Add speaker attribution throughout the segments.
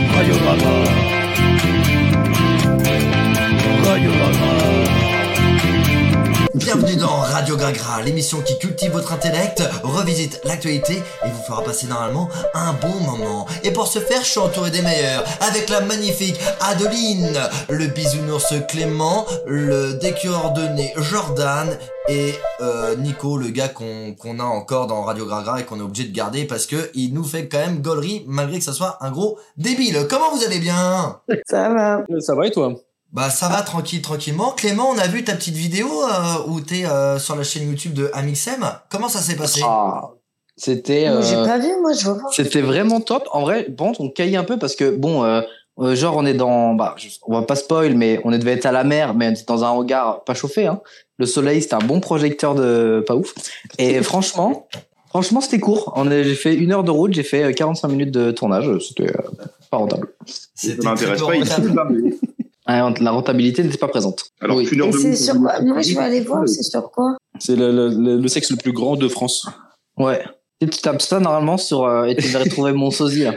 Speaker 1: lover. Radio Gaga.
Speaker 2: Bienvenue dans Radio Gagra, l'émission qui cultive votre intellect, revisite l'actualité et vous fera passer normalement un bon moment. Et pour ce faire, je suis entouré des meilleurs, avec la magnifique Adeline, le bisounours Clément, le décureur de nez Jordan et euh, Nico, le gars qu'on qu'on a encore dans Radio Gagra et qu'on est obligé de garder parce que il nous fait quand même gaulerie malgré que ça soit un gros débile. Comment vous allez bien
Speaker 3: Ça va.
Speaker 4: Euh, Ça va et toi
Speaker 2: Bah ça va tranquille, tranquillement. Clément, on a vu ta petite vidéo euh, où t'es euh, sur la chaîne YouTube de Amixem. Comment ça s'est passé
Speaker 4: Ah, C'était
Speaker 3: Moi, J'ai
Speaker 4: euh,
Speaker 3: pas vu, moi, je vois pas.
Speaker 4: c'était vraiment top. En vrai, bon, on caille un peu parce que bon, euh, euh, genre on est dans, bah, je- on va pas spoil, mais on devait être à la mer, mais on était dans un hangar pas chauffé. Hein. Le soleil, c'était un bon projecteur de pas ouf. Et franchement, franchement, c'était court. On est- J'ai fait une heure de route, j'ai fait euh, 45 minutes de tournage. C'était euh, pas rentable.
Speaker 2: C'était
Speaker 5: Ça m'intéresse
Speaker 2: très
Speaker 5: pas.
Speaker 2: peu
Speaker 5: il
Speaker 2: rentable.
Speaker 5: dit ça, mais-
Speaker 4: Ah, La rentabilité n'était pas présente.
Speaker 5: Alors,
Speaker 4: Oui.
Speaker 5: qu'une heure
Speaker 3: Et
Speaker 5: de
Speaker 3: c'est
Speaker 5: mou-
Speaker 3: sur quoi Non, mais je vais aller
Speaker 5: euh,
Speaker 3: voir, c'est sur quoi
Speaker 6: C'est le, le- le- le sexe le plus grand de France.
Speaker 4: Ouais. Si tu tapes ça normalement sur, euh, et tu devrais trouver mon sosie. là.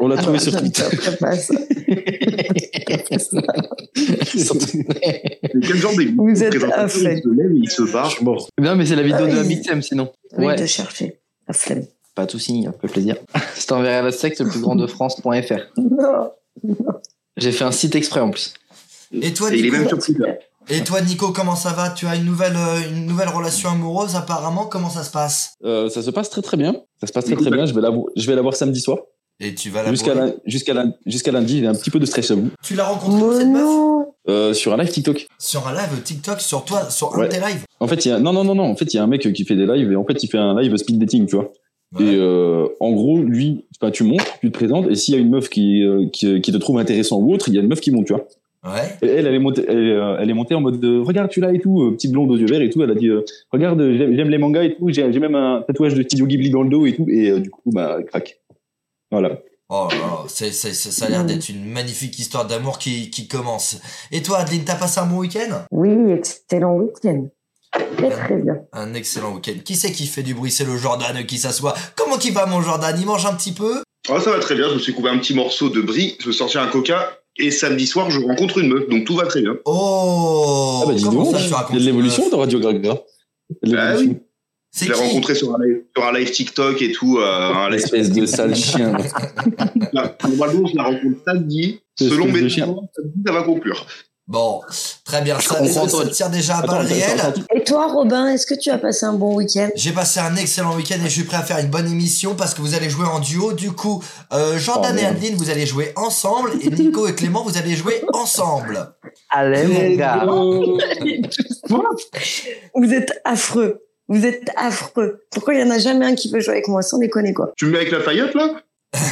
Speaker 6: On l'a trouvé sur
Speaker 3: J'aime
Speaker 6: Twitter.
Speaker 3: pas, j'aime pas ça.
Speaker 5: Quel genre d'église
Speaker 3: Vous êtes
Speaker 5: présentateur,
Speaker 3: à fait.
Speaker 5: Il se lève et il se barre.
Speaker 6: mort.
Speaker 4: Non, mais c'est la vidéo
Speaker 3: Ah,
Speaker 4: de
Speaker 3: ils-
Speaker 4: Amixem sinon.
Speaker 3: Oui,
Speaker 4: Ouais.
Speaker 3: de chercher. La flemme.
Speaker 4: Pas de soucis, ça fait plaisir. Je t'enverrai la secte le plus grand de France.fr.
Speaker 3: Non.
Speaker 4: J'ai fait un site exprès en plus.
Speaker 2: Et toi,
Speaker 5: il est
Speaker 2: Nico
Speaker 5: même sur Twitter.
Speaker 2: Et toi, Nico, comment ça va Tu as une nouvelle, euh, une nouvelle relation amoureuse apparemment. Comment ça se passe
Speaker 6: Euh, ça se passe très très bien. Ça se passe très très bien. Je vais la, vo- je vais la voir samedi soir.
Speaker 2: Et tu vas la
Speaker 6: Jusqu'à
Speaker 2: bourrer.
Speaker 6: la- jusqu'à la- jusqu'à lundi, j'ai un petit peu de stress, j'avoue.
Speaker 2: Tu l'as rencontrée
Speaker 3: Moi,
Speaker 2: cette meuf
Speaker 3: non.
Speaker 6: Euh, sur un live TikTok.
Speaker 2: sur un live TikTok, sur toi, sur un
Speaker 6: Ouais.
Speaker 2: de tes lives.
Speaker 6: En fait, il y a, non, non, non, non. En fait, il y a un mec qui fait des lives et en fait, il fait un live speed dating, tu vois.
Speaker 2: Ouais.
Speaker 6: Et euh, en gros, lui, enfin, tu montes, tu te présentes et s'il y a une meuf qui, euh, qui, qui te trouve intéressant ou autre, il y a une meuf qui monte, tu vois.
Speaker 2: Ouais.
Speaker 6: Et elle, elle est montée, elle, euh, elle est montée en mode de, regarde, tu l'as et tout, euh, petite blonde aux yeux verts et tout. Elle a dit, euh, regarde, euh, j'aime j'aime les mangas et tout, j'ai j'ai même un tatouage de Studio Ghibli dans le dos et tout. Et euh, du coup, bah, crac. Voilà.
Speaker 2: Oh là là, c'est- c'est- c'est- ça a l'air d'être une magnifique histoire d'amour qui, qui commence. Et toi, Adeline, t'as passé un bon week-end
Speaker 3: Oui, excellent week-end. Très, très bien.
Speaker 2: Un excellent week-end. Qui c'est qui fait du bruit C'est le Jordan qui s'assoit. Comment qu'il va, mon Jordan Il mange un petit peu
Speaker 5: Ah, ça va très bien. Je me suis coupé un petit morceau de brie. Je me suis sorti un coca. Et samedi soir, je rencontre une meuf. Donc, tout va très bien.
Speaker 2: Oh
Speaker 6: ah bah dis
Speaker 2: Comment
Speaker 6: donc,
Speaker 2: ça, tu
Speaker 6: il
Speaker 2: racontes
Speaker 6: y a de l'évolution
Speaker 2: une meuf Ah
Speaker 6: dans Radio Gaga. L'évolution.
Speaker 2: C'est
Speaker 5: Je l'ai
Speaker 2: qui
Speaker 5: rencontrée sur un live, sur un live TikTok et tout. euh, un live-
Speaker 6: Espèce de sale chien.
Speaker 2: Ah bah,
Speaker 5: Là, Normalement, je la rencontre samedi.
Speaker 6: Espèce
Speaker 5: Selon
Speaker 6: de
Speaker 5: mes
Speaker 6: chien.
Speaker 5: demandes, samedi, ça va conclure.
Speaker 2: Bon, très bien. Ça,
Speaker 4: comprends,
Speaker 2: ça
Speaker 4: Antoine.
Speaker 2: tire déjà à
Speaker 6: Attends,
Speaker 2: balles
Speaker 6: attends,
Speaker 2: réelles.
Speaker 6: attends, attends.
Speaker 3: Et toi, Robin, est-ce que tu as passé un bon week-end
Speaker 2: J'ai passé un excellent week-end et je suis prêt à faire une bonne émission parce que vous allez jouer en duo. Du coup, euh, Jordan
Speaker 6: Oh,
Speaker 2: et
Speaker 6: merde.
Speaker 2: Adeline, vous allez jouer ensemble et Nico et Clément, vous allez jouer ensemble.
Speaker 4: Allez, mon
Speaker 2: Ah
Speaker 5: Ah
Speaker 4: gars.
Speaker 3: Vous êtes affreux. Vous êtes affreux. Pourquoi il y en a jamais un qui veut jouer avec moi Sans déconner, quoi.
Speaker 5: Tu me mets avec la faillotte, là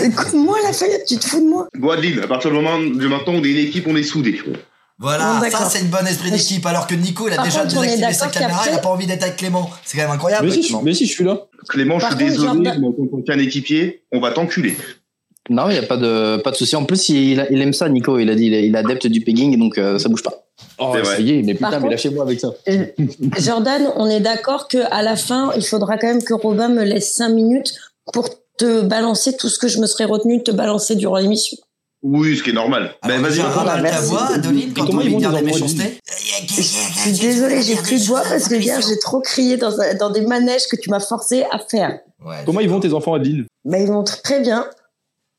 Speaker 3: Écoute, moi, la feuille, tu te fous de moi
Speaker 5: Bon, Adeline, à partir du moment de maintenant, on est une équipe, on est soudés.
Speaker 2: Voilà,
Speaker 3: Bon, d'accord.
Speaker 2: ça c'est une bonne esprit d'équipe alors que Nico il a
Speaker 3: Par
Speaker 2: déjà
Speaker 3: contre, on est
Speaker 2: désactivé sa
Speaker 3: d'accord
Speaker 2: caméra, il a
Speaker 3: qu'après-
Speaker 2: pas envie d'être avec Clément. C'est quand même incroyable.
Speaker 6: mais, si, je- mais si, je suis là.
Speaker 5: Clément, je
Speaker 3: Par
Speaker 5: suis
Speaker 3: contre,
Speaker 5: désolé,
Speaker 3: Jordan-
Speaker 5: mais en tant qu'un équipier, on va t'enculer.
Speaker 4: Non, il n'y a pas de, pas de souci. En plus, il, a- il aime ça, Nico. Il a dit il est, il est adepte du pegging, donc euh, ça bouge pas.
Speaker 6: Oh,
Speaker 5: C'est
Speaker 6: ça
Speaker 5: vrai.
Speaker 6: y est, mais
Speaker 3: Par
Speaker 6: putain, mais
Speaker 3: contre-
Speaker 6: lâchez-moi avec ça.
Speaker 3: Jordan, on est d'accord que à la fin, il faudra quand même que Robin me laisse 5 minutes pour te balancer tout ce que je me serais retenu de te balancer durant l'émission.
Speaker 5: Oui, ce qui est normal.
Speaker 6: Ah
Speaker 2: Alors,
Speaker 5: Ben,
Speaker 6: bah,
Speaker 5: vas-y,
Speaker 2: déjà,
Speaker 5: raconte.
Speaker 3: Robin,
Speaker 2: avale Ah, ta
Speaker 3: merci.
Speaker 2: voix, Adeline, quand on
Speaker 6: comment
Speaker 2: lui
Speaker 6: ils vont
Speaker 2: dire des
Speaker 6: nous envoyer
Speaker 2: méchancetés.
Speaker 3: Je suis désolée, j'ai plus de voix parce que hier, j'ai trop crié dans, un- dans des manèges que tu m'as forcé à faire.
Speaker 2: Ouais,
Speaker 6: Comment ils vont tes enfants, Adeline
Speaker 3: Bah, ils vont très bien.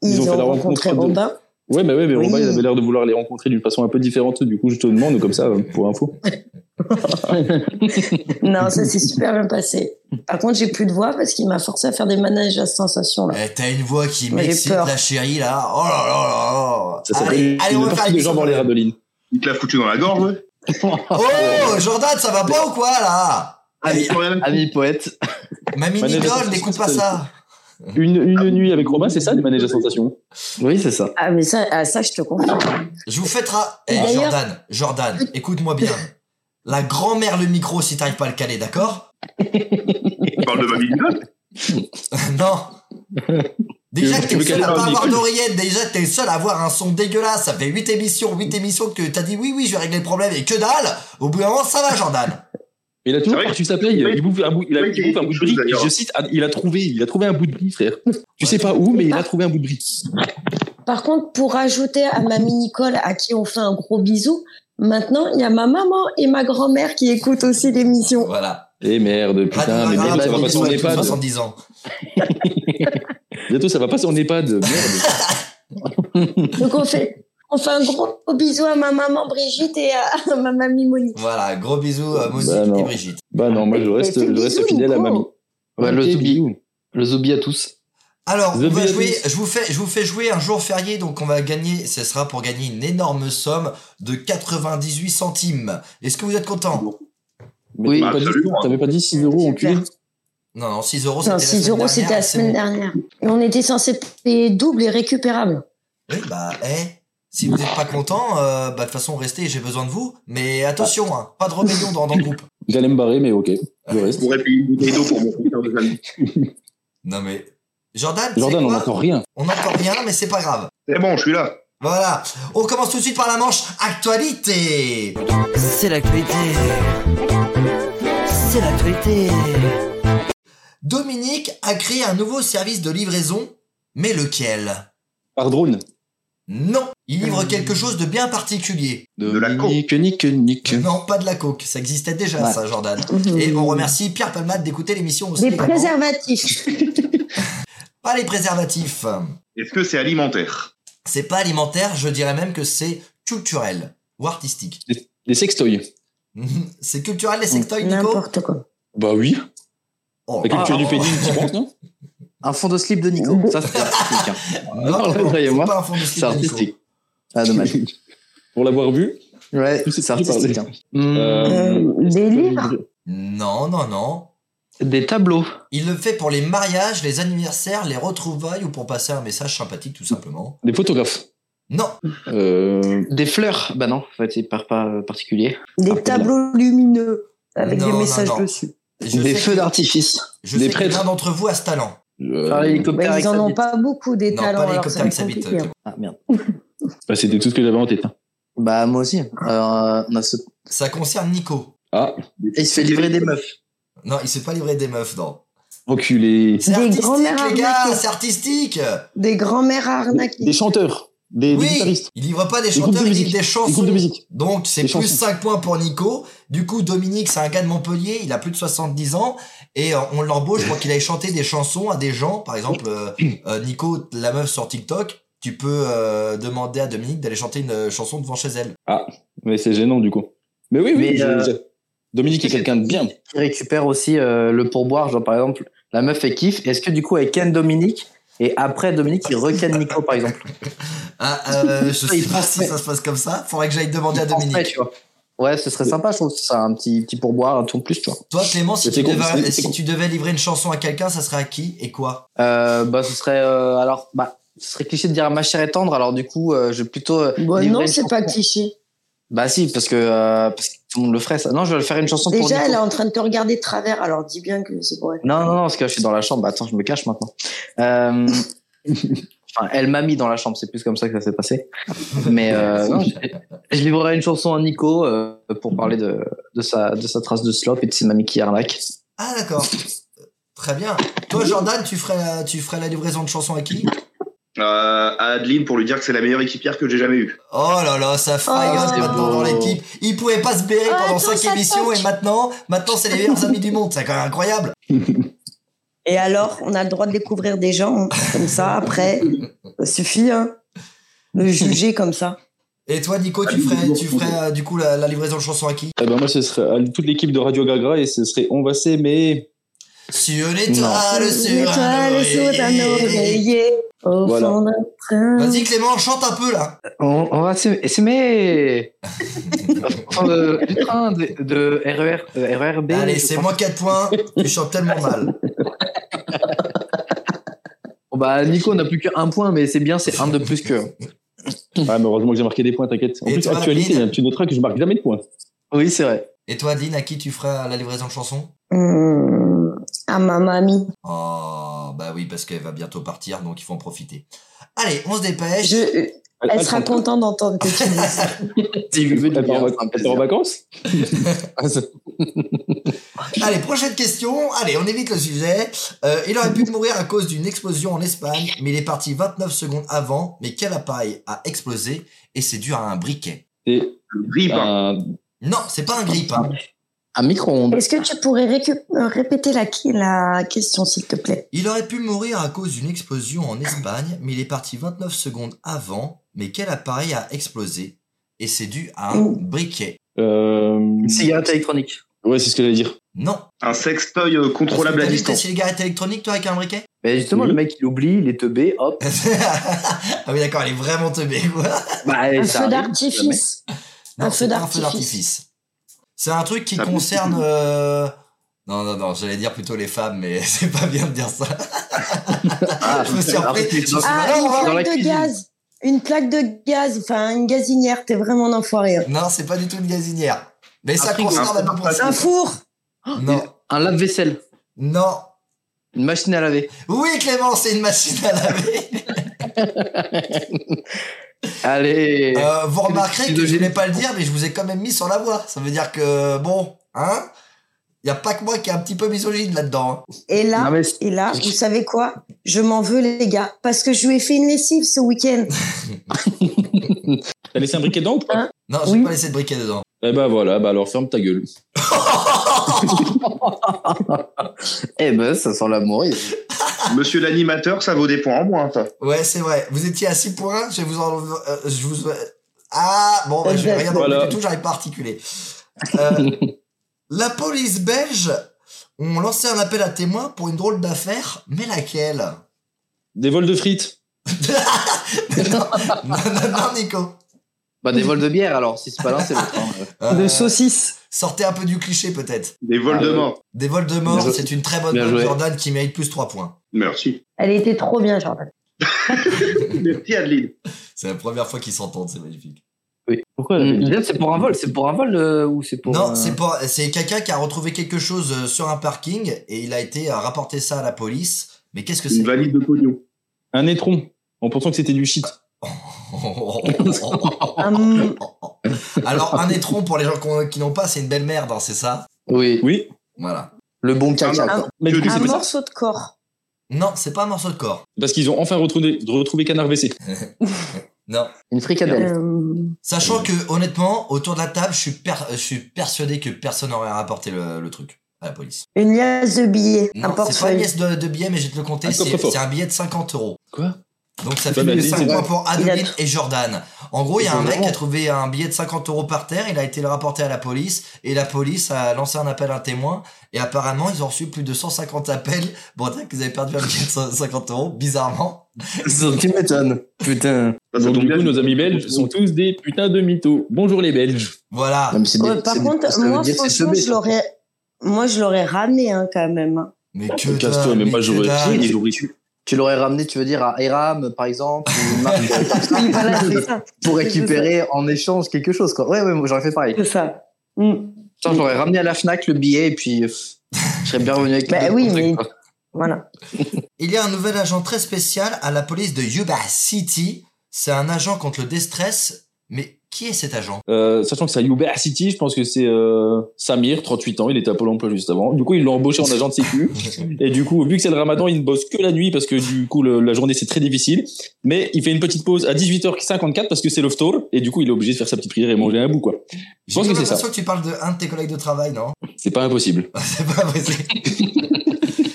Speaker 3: Ils,
Speaker 6: Ils ont fait
Speaker 3: ont,
Speaker 6: la
Speaker 3: rencontré
Speaker 6: rencontre de-
Speaker 3: Robin.
Speaker 6: Ouais, bah ouais, mais
Speaker 3: Oui.
Speaker 6: Robin, il avait l'air de vouloir les rencontrer d'une façon un peu différente. Du coup, je te demande comme ça, euh, pour info.
Speaker 3: Non, ça s'est super bien passé. Par contre, j'ai plus de voix parce qu'il m'a forcé à faire des manèges à sensation. Là.
Speaker 2: Eh, T'as une voix qui
Speaker 3: Mais j'ai
Speaker 2: m'excite
Speaker 3: peur.
Speaker 2: la chérie là. Oh là là là là.
Speaker 6: Ça s'appelle
Speaker 2: Allez, Ah allez, on
Speaker 6: une
Speaker 2: va faire
Speaker 6: partie de
Speaker 2: l'émission.
Speaker 6: jambes en l'air, Adeline.
Speaker 5: Il te l'a foutu dans la gorge, ouais.
Speaker 2: Oh, Jordan, ça va pas ou quoi là
Speaker 5: Allez, rien.
Speaker 4: Ami poète.
Speaker 2: Mamie
Speaker 6: Manège
Speaker 2: Nicole,
Speaker 6: attention,
Speaker 2: n'écoute
Speaker 6: c'est-
Speaker 2: pas ça.
Speaker 6: Une,
Speaker 5: Ah
Speaker 6: une nuit avec Robin, c'est ça les manèges à sensations
Speaker 4: Oui, c'est ça.
Speaker 3: Ah, mais ça, ah, ça, je te comprends.
Speaker 2: Je vous fêterai. Eh,
Speaker 3: D'ailleurs-
Speaker 2: Jordan, Jordan, écoute-moi bien. La grand-mère, le micro, si t'arrives pas à le caler, d'accord
Speaker 5: Tu parles de ma vie
Speaker 2: Non. Déjà que
Speaker 6: Tu veux-
Speaker 2: t'es
Speaker 6: tu veux
Speaker 2: le seul
Speaker 6: caler
Speaker 2: à
Speaker 6: un
Speaker 2: pas avoir
Speaker 6: micro
Speaker 2: d'oreillette, déjà que t'es le seul à avoir un son dégueulasse. Ça fait 8 émissions, 8 émissions que t'as dit oui, oui, je vais régler le problème et que dalle. Au bout d'un moment, ça va, Jordan.
Speaker 6: Mais il a toujours
Speaker 5: C'est vrai
Speaker 6: perçu sa paye.
Speaker 5: Oui.
Speaker 6: Il bouffe un bout, il a,
Speaker 5: Oui,
Speaker 6: il bouffe
Speaker 5: quelque
Speaker 6: un bout de
Speaker 5: chose,
Speaker 6: brie.
Speaker 5: d'ailleurs.
Speaker 6: Je cite, ah, il a trouvé, il a trouvé un bout de brie, frère. Tu sais pas où, mais il a trouvé un bout de brie.
Speaker 3: Par contre, pour rajouter à ma mini-colle, à qui on fait un gros bisou, maintenant, il y a ma maman et ma grand-mère qui écoutent aussi l'émission.
Speaker 2: Voilà.
Speaker 6: Et Eh, merde, putain, mais
Speaker 2: Radio
Speaker 6: bientôt ça va
Speaker 2: Gaga,
Speaker 6: passer
Speaker 2: bisous
Speaker 6: en
Speaker 2: à tous,
Speaker 6: EHPAD.
Speaker 2: 70 ans.
Speaker 6: Bientôt ça va passer en EHPAD. Merde.
Speaker 3: Donc, on fait, on fait un gros bisou à ma maman Brigitte et à, à ma mamie Monique.
Speaker 2: Voilà, gros bisous à Mouzik
Speaker 6: Bah non.
Speaker 2: et Brigitte.
Speaker 6: Bah non, moi je reste,
Speaker 3: Fais
Speaker 6: je
Speaker 3: bisous,
Speaker 6: reste fidèle à
Speaker 3: Nico.
Speaker 6: mamie.
Speaker 5: Bah,
Speaker 4: Ouais, le
Speaker 6: Ok,
Speaker 4: Zoubi.
Speaker 6: bisous.
Speaker 4: Le zombie à tous.
Speaker 2: Alors,
Speaker 6: The
Speaker 2: on va
Speaker 6: Beatles.
Speaker 2: jouer, je, vous fais, je vous fais jouer un jour férié, donc on va gagner, ce sera pour gagner une énorme somme de 98 centimes. Est-ce que vous êtes content
Speaker 6: Mais
Speaker 4: Oui,
Speaker 6: t'avais pas dit-
Speaker 5: Bah, absolument.
Speaker 6: T'avais pas dit 6 euros, enculé
Speaker 3: Super.
Speaker 2: Non, non, 6 euros, Oh, c'était
Speaker 3: Non,
Speaker 2: la
Speaker 3: 6
Speaker 2: semaine
Speaker 3: euros, c'était la
Speaker 2: dernière,
Speaker 3: semaine dernière. Et on était censé payer double et récupérable.
Speaker 2: c'est bon. Oui, bah, eh, si vous n'êtes pas content, euh, bah, de toute façon, restez, j'ai besoin de vous. Mais attention, hein, pas de rébellion dans, dans le groupe.
Speaker 6: J'allais me barrer, mais ok, je reste.
Speaker 5: pourrais payer une bouteille d'eau pour mon concert de samedi.
Speaker 2: Non, mais... Jordan, tu sais
Speaker 6: Jordan, on
Speaker 2: quoi
Speaker 6: n'entend rien.
Speaker 2: on n'entend rien, mais c'est pas grave.
Speaker 5: C'est bon, je suis là.
Speaker 2: Voilà, on commence tout de suite par la manche actualité.
Speaker 7: C'est l'actualité. C'est l'actualité.
Speaker 2: Dominique a créé un nouveau service de livraison, mais lequel
Speaker 6: Par drone.
Speaker 2: Non, il livre
Speaker 6: Euh.
Speaker 2: quelque chose de bien particulier.
Speaker 5: De la Ah, con.
Speaker 4: Nique, nique, nique.
Speaker 2: Non, pas de la coke, ça existait déjà
Speaker 4: Ouais.
Speaker 2: ça, Jordan. Mhm. Et on remercie Pierre Palmade d'écouter l'émission aussi.
Speaker 3: Des
Speaker 2: également.
Speaker 3: préservatifs.
Speaker 2: Pas les préservatifs.
Speaker 5: Est-ce que c'est alimentaire
Speaker 2: C'est pas alimentaire, je dirais même que c'est culturel ou artistique.
Speaker 6: Des sextoys.
Speaker 2: c'est culturel les sextoys, Nico
Speaker 3: N'importe quoi.
Speaker 6: Bah oui.
Speaker 2: Oh,
Speaker 6: La culture
Speaker 4: Ah,
Speaker 6: du
Speaker 4: ah,
Speaker 6: pédine, tu penses, non
Speaker 4: Un fond de slip de Nico. Ça, c'est artistique. hein.
Speaker 2: Non,
Speaker 4: Ah, ouais,
Speaker 2: c'est
Speaker 4: moi,
Speaker 2: pas un fond de slip
Speaker 4: C'est
Speaker 2: de Nico.
Speaker 4: artistique. Ah, dommage.
Speaker 6: Pour l'avoir vu.
Speaker 4: Ouais,
Speaker 6: Tout ce
Speaker 4: c'est
Speaker 6: qui est
Speaker 4: artistique. hein. Hmm,
Speaker 3: Euh, des livres
Speaker 2: Non, non, non.
Speaker 4: Des tableaux.
Speaker 2: Il le fait pour les mariages, les anniversaires, les retrouvailles ou pour passer un message sympathique tout simplement.
Speaker 6: Des photographes.
Speaker 2: Non,
Speaker 6: Euh,
Speaker 4: Des fleurs. Bah non, en fait, c'est par, pas particulier.
Speaker 3: Des
Speaker 4: Ah,
Speaker 3: tableaux lumineux avec
Speaker 2: Non,
Speaker 3: des
Speaker 2: non,
Speaker 3: messages
Speaker 2: non.
Speaker 3: dessus.
Speaker 2: Je
Speaker 4: Des
Speaker 2: sais
Speaker 4: feux
Speaker 2: que-
Speaker 4: d'artifice.
Speaker 2: Je
Speaker 6: des
Speaker 2: sais que
Speaker 6: prêtres.
Speaker 2: l'un d'entre vous a ce talent.
Speaker 6: euh,
Speaker 4: Ah, hélicoptère
Speaker 3: Bah,
Speaker 4: avec
Speaker 3: ils en
Speaker 4: sa
Speaker 3: ont
Speaker 4: bite.
Speaker 3: pas beaucoup des
Speaker 2: non,
Speaker 3: talents.
Speaker 2: pas
Speaker 3: alors
Speaker 2: l'hélicoptère
Speaker 3: ça va
Speaker 2: avec
Speaker 3: être
Speaker 2: sa bite.
Speaker 3: compliqué. hein.
Speaker 4: Ah, merde.
Speaker 6: bah, C'était tout ce que j'avais en tête. hein.
Speaker 4: Bah, moi aussi. Euh, on a ce-
Speaker 2: Ça concerne Nico.
Speaker 6: Ah,
Speaker 4: Et il se fait livrer des meufs.
Speaker 2: Non, il s'est pas livré des meufs, non.
Speaker 6: enculé.
Speaker 2: C'est
Speaker 3: Des
Speaker 2: artistique,
Speaker 3: grands-mères
Speaker 2: les gars,
Speaker 3: arnaquées.
Speaker 2: c'est artistique.
Speaker 3: Des grands-mères
Speaker 6: Des
Speaker 3: arnaquées.
Speaker 6: chanteurs. Des, des
Speaker 2: Oui,
Speaker 6: guitaristes.
Speaker 2: il livre pas des
Speaker 6: Des groupes
Speaker 2: chanteurs,
Speaker 6: de
Speaker 2: il
Speaker 6: musique.
Speaker 2: livre des
Speaker 6: Des
Speaker 2: chansons.
Speaker 6: groupes de musique.
Speaker 2: Donc c'est
Speaker 6: Des
Speaker 2: plus
Speaker 6: chansons.
Speaker 2: 5 points pour Nico. Du coup, Dominique, c'est un gars de Montpellier, il a plus de 70 ans et euh, on l'embauche pour qu'il aille chanter des chansons à des gens. Par exemple, euh, euh, Nico, la meuf sur TikTok, tu peux euh, demander à Dominique d'aller chanter une euh, chanson devant chez elle.
Speaker 6: Mais c'est gênant, du coup. Mais oui, oui.
Speaker 4: Mais,
Speaker 6: je-
Speaker 4: euh,
Speaker 6: je- Dominique est quelqu'un de bien.
Speaker 4: Qui récupère aussi euh, le pourboire. Genre, par exemple, la meuf, elle kiffe. Est-ce que du coup, elle ken Dominique et après, Dominique, il recanne Nico, par exemple.
Speaker 2: Ah, euh, je
Speaker 4: Il
Speaker 2: sais pas
Speaker 4: pensait.
Speaker 2: si ça se passe comme ça. Faudrait que j'aille demander à
Speaker 4: Ouais,
Speaker 2: Dominique.
Speaker 4: tu vois. Ouais, ce serait sympa, je trouve, ça, un petit, petit pourboire, un tour de plus, tu vois.
Speaker 2: Toi, Clément, si,
Speaker 6: Mais
Speaker 2: tu
Speaker 6: c'est con,
Speaker 2: devais,
Speaker 6: c'est-
Speaker 2: si
Speaker 6: c'est con.
Speaker 2: tu devais livrer une chanson à quelqu'un, ça serait à qui et quoi
Speaker 4: Euh, bah, ce serait, euh, alors, bah, ce serait cliché de dire à ma chère et tendre, alors du coup, euh, je vais plutôt. euh,
Speaker 3: Bon,
Speaker 4: livrer
Speaker 3: non,
Speaker 4: une
Speaker 3: c'est
Speaker 4: chanson.
Speaker 3: pas cliché.
Speaker 4: Bah, si, parce que, euh, parce que tout le monde le ferait, ça. Non, je vais faire une chanson pour.
Speaker 3: Déjà,
Speaker 4: Nico.
Speaker 3: elle est en train de te regarder de travers, alors dis bien que c'est pour elle.
Speaker 4: Non, non, non, parce que je suis dans la chambre. Bah, Attends, je me cache maintenant. Euh, enfin, elle m'a mis dans la chambre, c'est plus comme ça que ça s'est passé. Mais euh, non, je, je livrerai une chanson à Nico euh, pour parler de, de, sa, de sa trace de slop et de ses mamies qui arnaquent.
Speaker 2: Ah, d'accord. Très bien. Toi, Jordan, tu ferais, la- tu ferais la livraison de chansons à qui
Speaker 5: Euh, à Adeline pour lui dire que c'est la meilleure équipière que j'ai jamais eue.
Speaker 2: Oh là là, ça fracasse
Speaker 3: Oh.
Speaker 2: maintenant dans l'équipe. Ils pouvaient pas se bérer
Speaker 3: Ah,
Speaker 2: pendant
Speaker 3: attends,
Speaker 2: 5
Speaker 3: ça
Speaker 2: émissions
Speaker 3: toque.
Speaker 2: et maintenant, maintenant c'est les meilleurs amis du monde. C'est quand même incroyable.
Speaker 3: Et alors, on a le droit de découvrir des gens hein, comme ça, après. Ça suffit, hein. Le juger comme ça.
Speaker 2: Et toi, Nico, tu ferais, tu ferais euh, du coup la, la livraison de chansons à qui
Speaker 6: Eh ben, moi, ce serait à toute l'équipe de Radio Gagra et ce serait On va s'aimer.
Speaker 2: Sur une étoile, sur un
Speaker 3: Étoile sur un
Speaker 2: oreiller.
Speaker 3: oreiller, au
Speaker 6: Voilà.
Speaker 3: fond d'un train.
Speaker 2: Vas-y, Clément, chante un peu là.
Speaker 4: On, on va s'aimer- s'aimer Prendre le, le train de, de RER, euh, RERB.
Speaker 2: Allez,
Speaker 4: je
Speaker 2: c'est
Speaker 4: pense.
Speaker 2: moins 4 points. Tu chantes tellement mal.
Speaker 4: Bon, bah, Nico, on n'a plus qu'un point, mais c'est bien, c'est un de plus que.
Speaker 6: Ah, mais heureusement que j'ai marqué des points, t'inquiète. En
Speaker 2: Et
Speaker 6: plus,
Speaker 2: toi,
Speaker 6: actualité,
Speaker 2: Adeline
Speaker 6: tu noteras que je marque jamais de points.
Speaker 4: Oui, c'est vrai.
Speaker 2: Et toi, Dean, à qui tu ferais la livraison de chansons
Speaker 3: Hum, à ma mamie.
Speaker 2: Oh, bah oui, parce qu'elle va bientôt partir, donc il faut en profiter. Allez, on se dépêche.
Speaker 3: Je,
Speaker 6: Ah,
Speaker 3: Elle sera contente d'entendre que tu dis ça.
Speaker 6: Elle part en vac- elle part en vacances
Speaker 2: Allez, prochaine question. Allez, on évite le sujet. Euh, il aurait pu mourir à cause d'une explosion en Espagne, mais il est parti 29 secondes avant. Mais quel appareil a explosé et c'est dû à un briquet
Speaker 6: C'est
Speaker 5: Grippe.
Speaker 6: un
Speaker 2: Non, c'est pas un hein. grille-pain.
Speaker 4: Un micro-ondes.
Speaker 3: Est-ce que tu pourrais récu- euh, répéter la, qui- la question, s'il te plaît
Speaker 2: Il aurait pu mourir à cause d'une explosion en Espagne, mais il est parti 29 secondes avant. Mais quel appareil a explosé et c'est dû à un briquet
Speaker 6: Euh,
Speaker 4: Une cigarette électronique.
Speaker 6: Ouais, c'est ce que j'allais dire.
Speaker 2: Non.
Speaker 6: Ah.
Speaker 5: Un sextoy euh, contrôlable à
Speaker 2: T'as dit que t'as
Speaker 5: distance.
Speaker 2: essayé les cigarettes électroniques, toi, avec un briquet
Speaker 4: Mais justement,
Speaker 6: Oui.
Speaker 4: le mec, il oublie, il est teubé, hop.
Speaker 2: Ah oui, d'accord, elle est vraiment teubée, quoi.
Speaker 4: Bah,
Speaker 3: Un
Speaker 4: ça
Speaker 3: feu
Speaker 4: arrive.
Speaker 3: d'artifice.
Speaker 2: Non,
Speaker 3: Un
Speaker 2: c'est
Speaker 3: feu
Speaker 2: pas
Speaker 3: d'artifice.
Speaker 2: C'est un truc qui
Speaker 5: Ça
Speaker 2: concerne. euh, Non, non, non, j'allais dire plutôt les femmes, mais c'est pas bien de dire ça.
Speaker 4: Ah,
Speaker 2: Je me suis
Speaker 4: alors,
Speaker 2: appelé-
Speaker 4: c'est dans-
Speaker 3: Ah,
Speaker 2: Dans la
Speaker 3: une plaque de
Speaker 4: cuisine.
Speaker 3: gaz. Une plaque de gaz, enfin une gazinière, t'es vraiment un enfoiré.
Speaker 2: Non, c'est pas du tout une gazinière. Mais ça
Speaker 4: frigo,
Speaker 2: concerne
Speaker 5: un
Speaker 2: à peu près ça.
Speaker 3: Un four
Speaker 2: Non,
Speaker 4: Un lave-vaisselle.
Speaker 2: non.
Speaker 4: Une machine à laver.
Speaker 2: Oui, Clément, c'est une machine à laver.
Speaker 4: Allez.
Speaker 2: Euh, vous
Speaker 4: c'est
Speaker 2: remarquerez que
Speaker 4: le
Speaker 2: je voulais
Speaker 4: génie.
Speaker 2: pas le dire, mais je vous ai quand même mis sur la voie. Ça veut dire que, bon, hein Il y a pas que moi qui est un petit peu misogyne là-dedans. hein.
Speaker 3: Et là,
Speaker 4: Non, mais
Speaker 3: et là, vous savez quoi Je m'en veux les gars, parce que je lui ai fait une lessive ce week-end.
Speaker 6: T'as laissé un briquet dedans ou
Speaker 3: Hein
Speaker 6: pas
Speaker 2: Non, j'ai
Speaker 3: Oui.
Speaker 2: pas laissé de briquet dedans.
Speaker 6: Eh bah voilà, bah alors ferme ta gueule.
Speaker 4: Eh ben, ça sent l'amour.
Speaker 5: Monsieur l'animateur, ça vaut des points en moins, ça.
Speaker 2: Ouais, c'est vrai. Vous étiez à 6 points. Je vous en. euh, je vous. euh, Ah, bon, bah, je vais rien
Speaker 6: Voilà.
Speaker 2: dire du tout, j'arrive pas à articuler. Euh, la police belge ont lancé un appel à témoins pour une drôle d'affaire, mais laquelle
Speaker 6: Des vols de frites.
Speaker 2: Non, non, non, Nico.
Speaker 4: Bah, des vols de bière, alors. Si c'est pas l'un, c'est l'autre. hein.
Speaker 2: Euh,
Speaker 8: de saucisse.
Speaker 2: sortez un peu du cliché, peut-être.
Speaker 5: Des vols
Speaker 4: Ah,
Speaker 5: de
Speaker 4: ouais.
Speaker 5: mort.
Speaker 2: Des vols de mort,
Speaker 4: Bien joué.
Speaker 2: c'est une très bonne
Speaker 4: Bien
Speaker 2: note,
Speaker 4: joué.
Speaker 2: Jordan, qui mérite plus 3 points.
Speaker 5: Merci.
Speaker 3: Elle était trop bien, Jordan.
Speaker 5: Merci Adeline.
Speaker 2: C'est la première fois qu'ils s'entendent, c'est magnifique.
Speaker 6: Pourquoi
Speaker 4: Hum, Dylan, c'est pour un vol. C'est pour un vol euh, ou c'est pour.
Speaker 2: non,
Speaker 4: euh,
Speaker 2: c'est pas. C'est quelqu'un qui a retrouvé quelque chose euh, sur un parking et il a été euh, rapporter ça à la police. Mais qu'est-ce que c'est
Speaker 5: Une valise de pognon.
Speaker 6: Un étron, en pensant que c'était du shit.
Speaker 3: Hum.
Speaker 2: Alors, un étron, pour les gens qu'on- qui n'ont pas, c'est une belle merde, hein, c'est ça
Speaker 4: Oui.
Speaker 6: Oui.
Speaker 2: Voilà.
Speaker 4: Le bon caca.
Speaker 3: Ah,
Speaker 4: quoi.
Speaker 6: Mais du coup,
Speaker 3: Un
Speaker 6: c'est pas ça.
Speaker 3: morceau de corps.
Speaker 2: Non, c'est pas un morceau de corps.
Speaker 6: Parce qu'ils ont enfin retrouvé, retrouvé Canard WC.
Speaker 2: Non.
Speaker 4: Une fricadelle.
Speaker 3: Euh,
Speaker 2: Sachant que, honnêtement, autour de la table, je suis, per- je suis persuadé que personne n'aurait rapporté le, le truc à la police.
Speaker 3: une liasse de billets, un
Speaker 2: Non, c'est pas une
Speaker 3: portefeuille.
Speaker 2: pièce de, de billet, mais je vais te le compter.
Speaker 6: Un
Speaker 2: C'est
Speaker 6: coffre-fort.
Speaker 2: c'est un billet de 50 euros.
Speaker 6: Quoi
Speaker 2: Donc ça
Speaker 6: Ouais,
Speaker 2: fait
Speaker 6: bah,
Speaker 2: 5
Speaker 6: c'est-
Speaker 2: points pour Adeline
Speaker 3: Il a-
Speaker 2: et Jordan. En gros, il y a
Speaker 4: Ils
Speaker 2: un
Speaker 4: ont
Speaker 2: mec
Speaker 4: raison.
Speaker 2: qui a trouvé un billet de 50 euros par terre, il a été le rapporté à la police, et la police a lancé un appel à un témoin, et apparemment, ils ont reçu plus de 150 appels pour dire qu'ils avaient perdu un billet de 50 euros, bizarrement.
Speaker 4: Tu m'étonnes. Putain.
Speaker 5: Ça, ça
Speaker 6: Donc,
Speaker 5: tombe
Speaker 6: du
Speaker 5: bien,
Speaker 6: coup,
Speaker 5: je-
Speaker 6: nos amis belges sont tous des putains de mythos. Bonjour les Belges.
Speaker 2: Voilà.
Speaker 4: Non, mais c'est des-
Speaker 3: Ouais, par
Speaker 4: c'est des-
Speaker 3: contre,
Speaker 4: ça veut
Speaker 3: moi,
Speaker 4: dire c'est
Speaker 3: franchement,
Speaker 4: semé,
Speaker 3: je
Speaker 4: ça.
Speaker 3: l'aurais. Moi, je l'aurais ramené hein, quand même. hein.
Speaker 2: Mais
Speaker 6: Oh,
Speaker 2: que
Speaker 6: mais casse-toi,
Speaker 2: dalle,
Speaker 6: mais moi,
Speaker 2: que
Speaker 6: j'aurais-
Speaker 2: dalle.
Speaker 6: Ils ont pris.
Speaker 4: Tu, tu l'aurais ramené, tu veux dire, à Eram, par exemple, ou une marque
Speaker 3: Oui, voilà, c'est ça.
Speaker 4: pour récupérer en échange quelque chose. Quoi. Ouais, ouais, moi, j'aurais fait pareil.
Speaker 3: C'est ça. Hum,
Speaker 4: Putain, j'aurais ramené à la Fnac le billet et puis euh, je serais bien revenu avec.
Speaker 3: Bah
Speaker 4: le
Speaker 3: oui,
Speaker 4: truc,
Speaker 3: mais-
Speaker 4: quoi.
Speaker 3: Voilà.
Speaker 2: Il y a un nouvel agent très spécial à la police de Yuba City. C'est un agent contre le déstress, mais qui est cet agent
Speaker 6: Euh, sachant que c'est à Uber City, je pense que c'est euh, Samir, 38 ans, il était à Pôle emploi juste avant. Du coup, ils l'ont embauché en agent de sécu. Et du coup, vu que c'est le ramadan, il ne bosse que la nuit parce que du coup, le- la journée, c'est très difficile. Mais il fait une petite pause à 18h54 parce que c'est l'oftour. Et du coup, il est obligé de faire sa petite prière et manger un bout, quoi. Je pense
Speaker 2: J'ai
Speaker 6: que c'est
Speaker 2: l'impression
Speaker 6: ça.
Speaker 2: que tu parles de un de tes collègues de travail, non
Speaker 6: C'est pas impossible.
Speaker 2: C'est pas possible.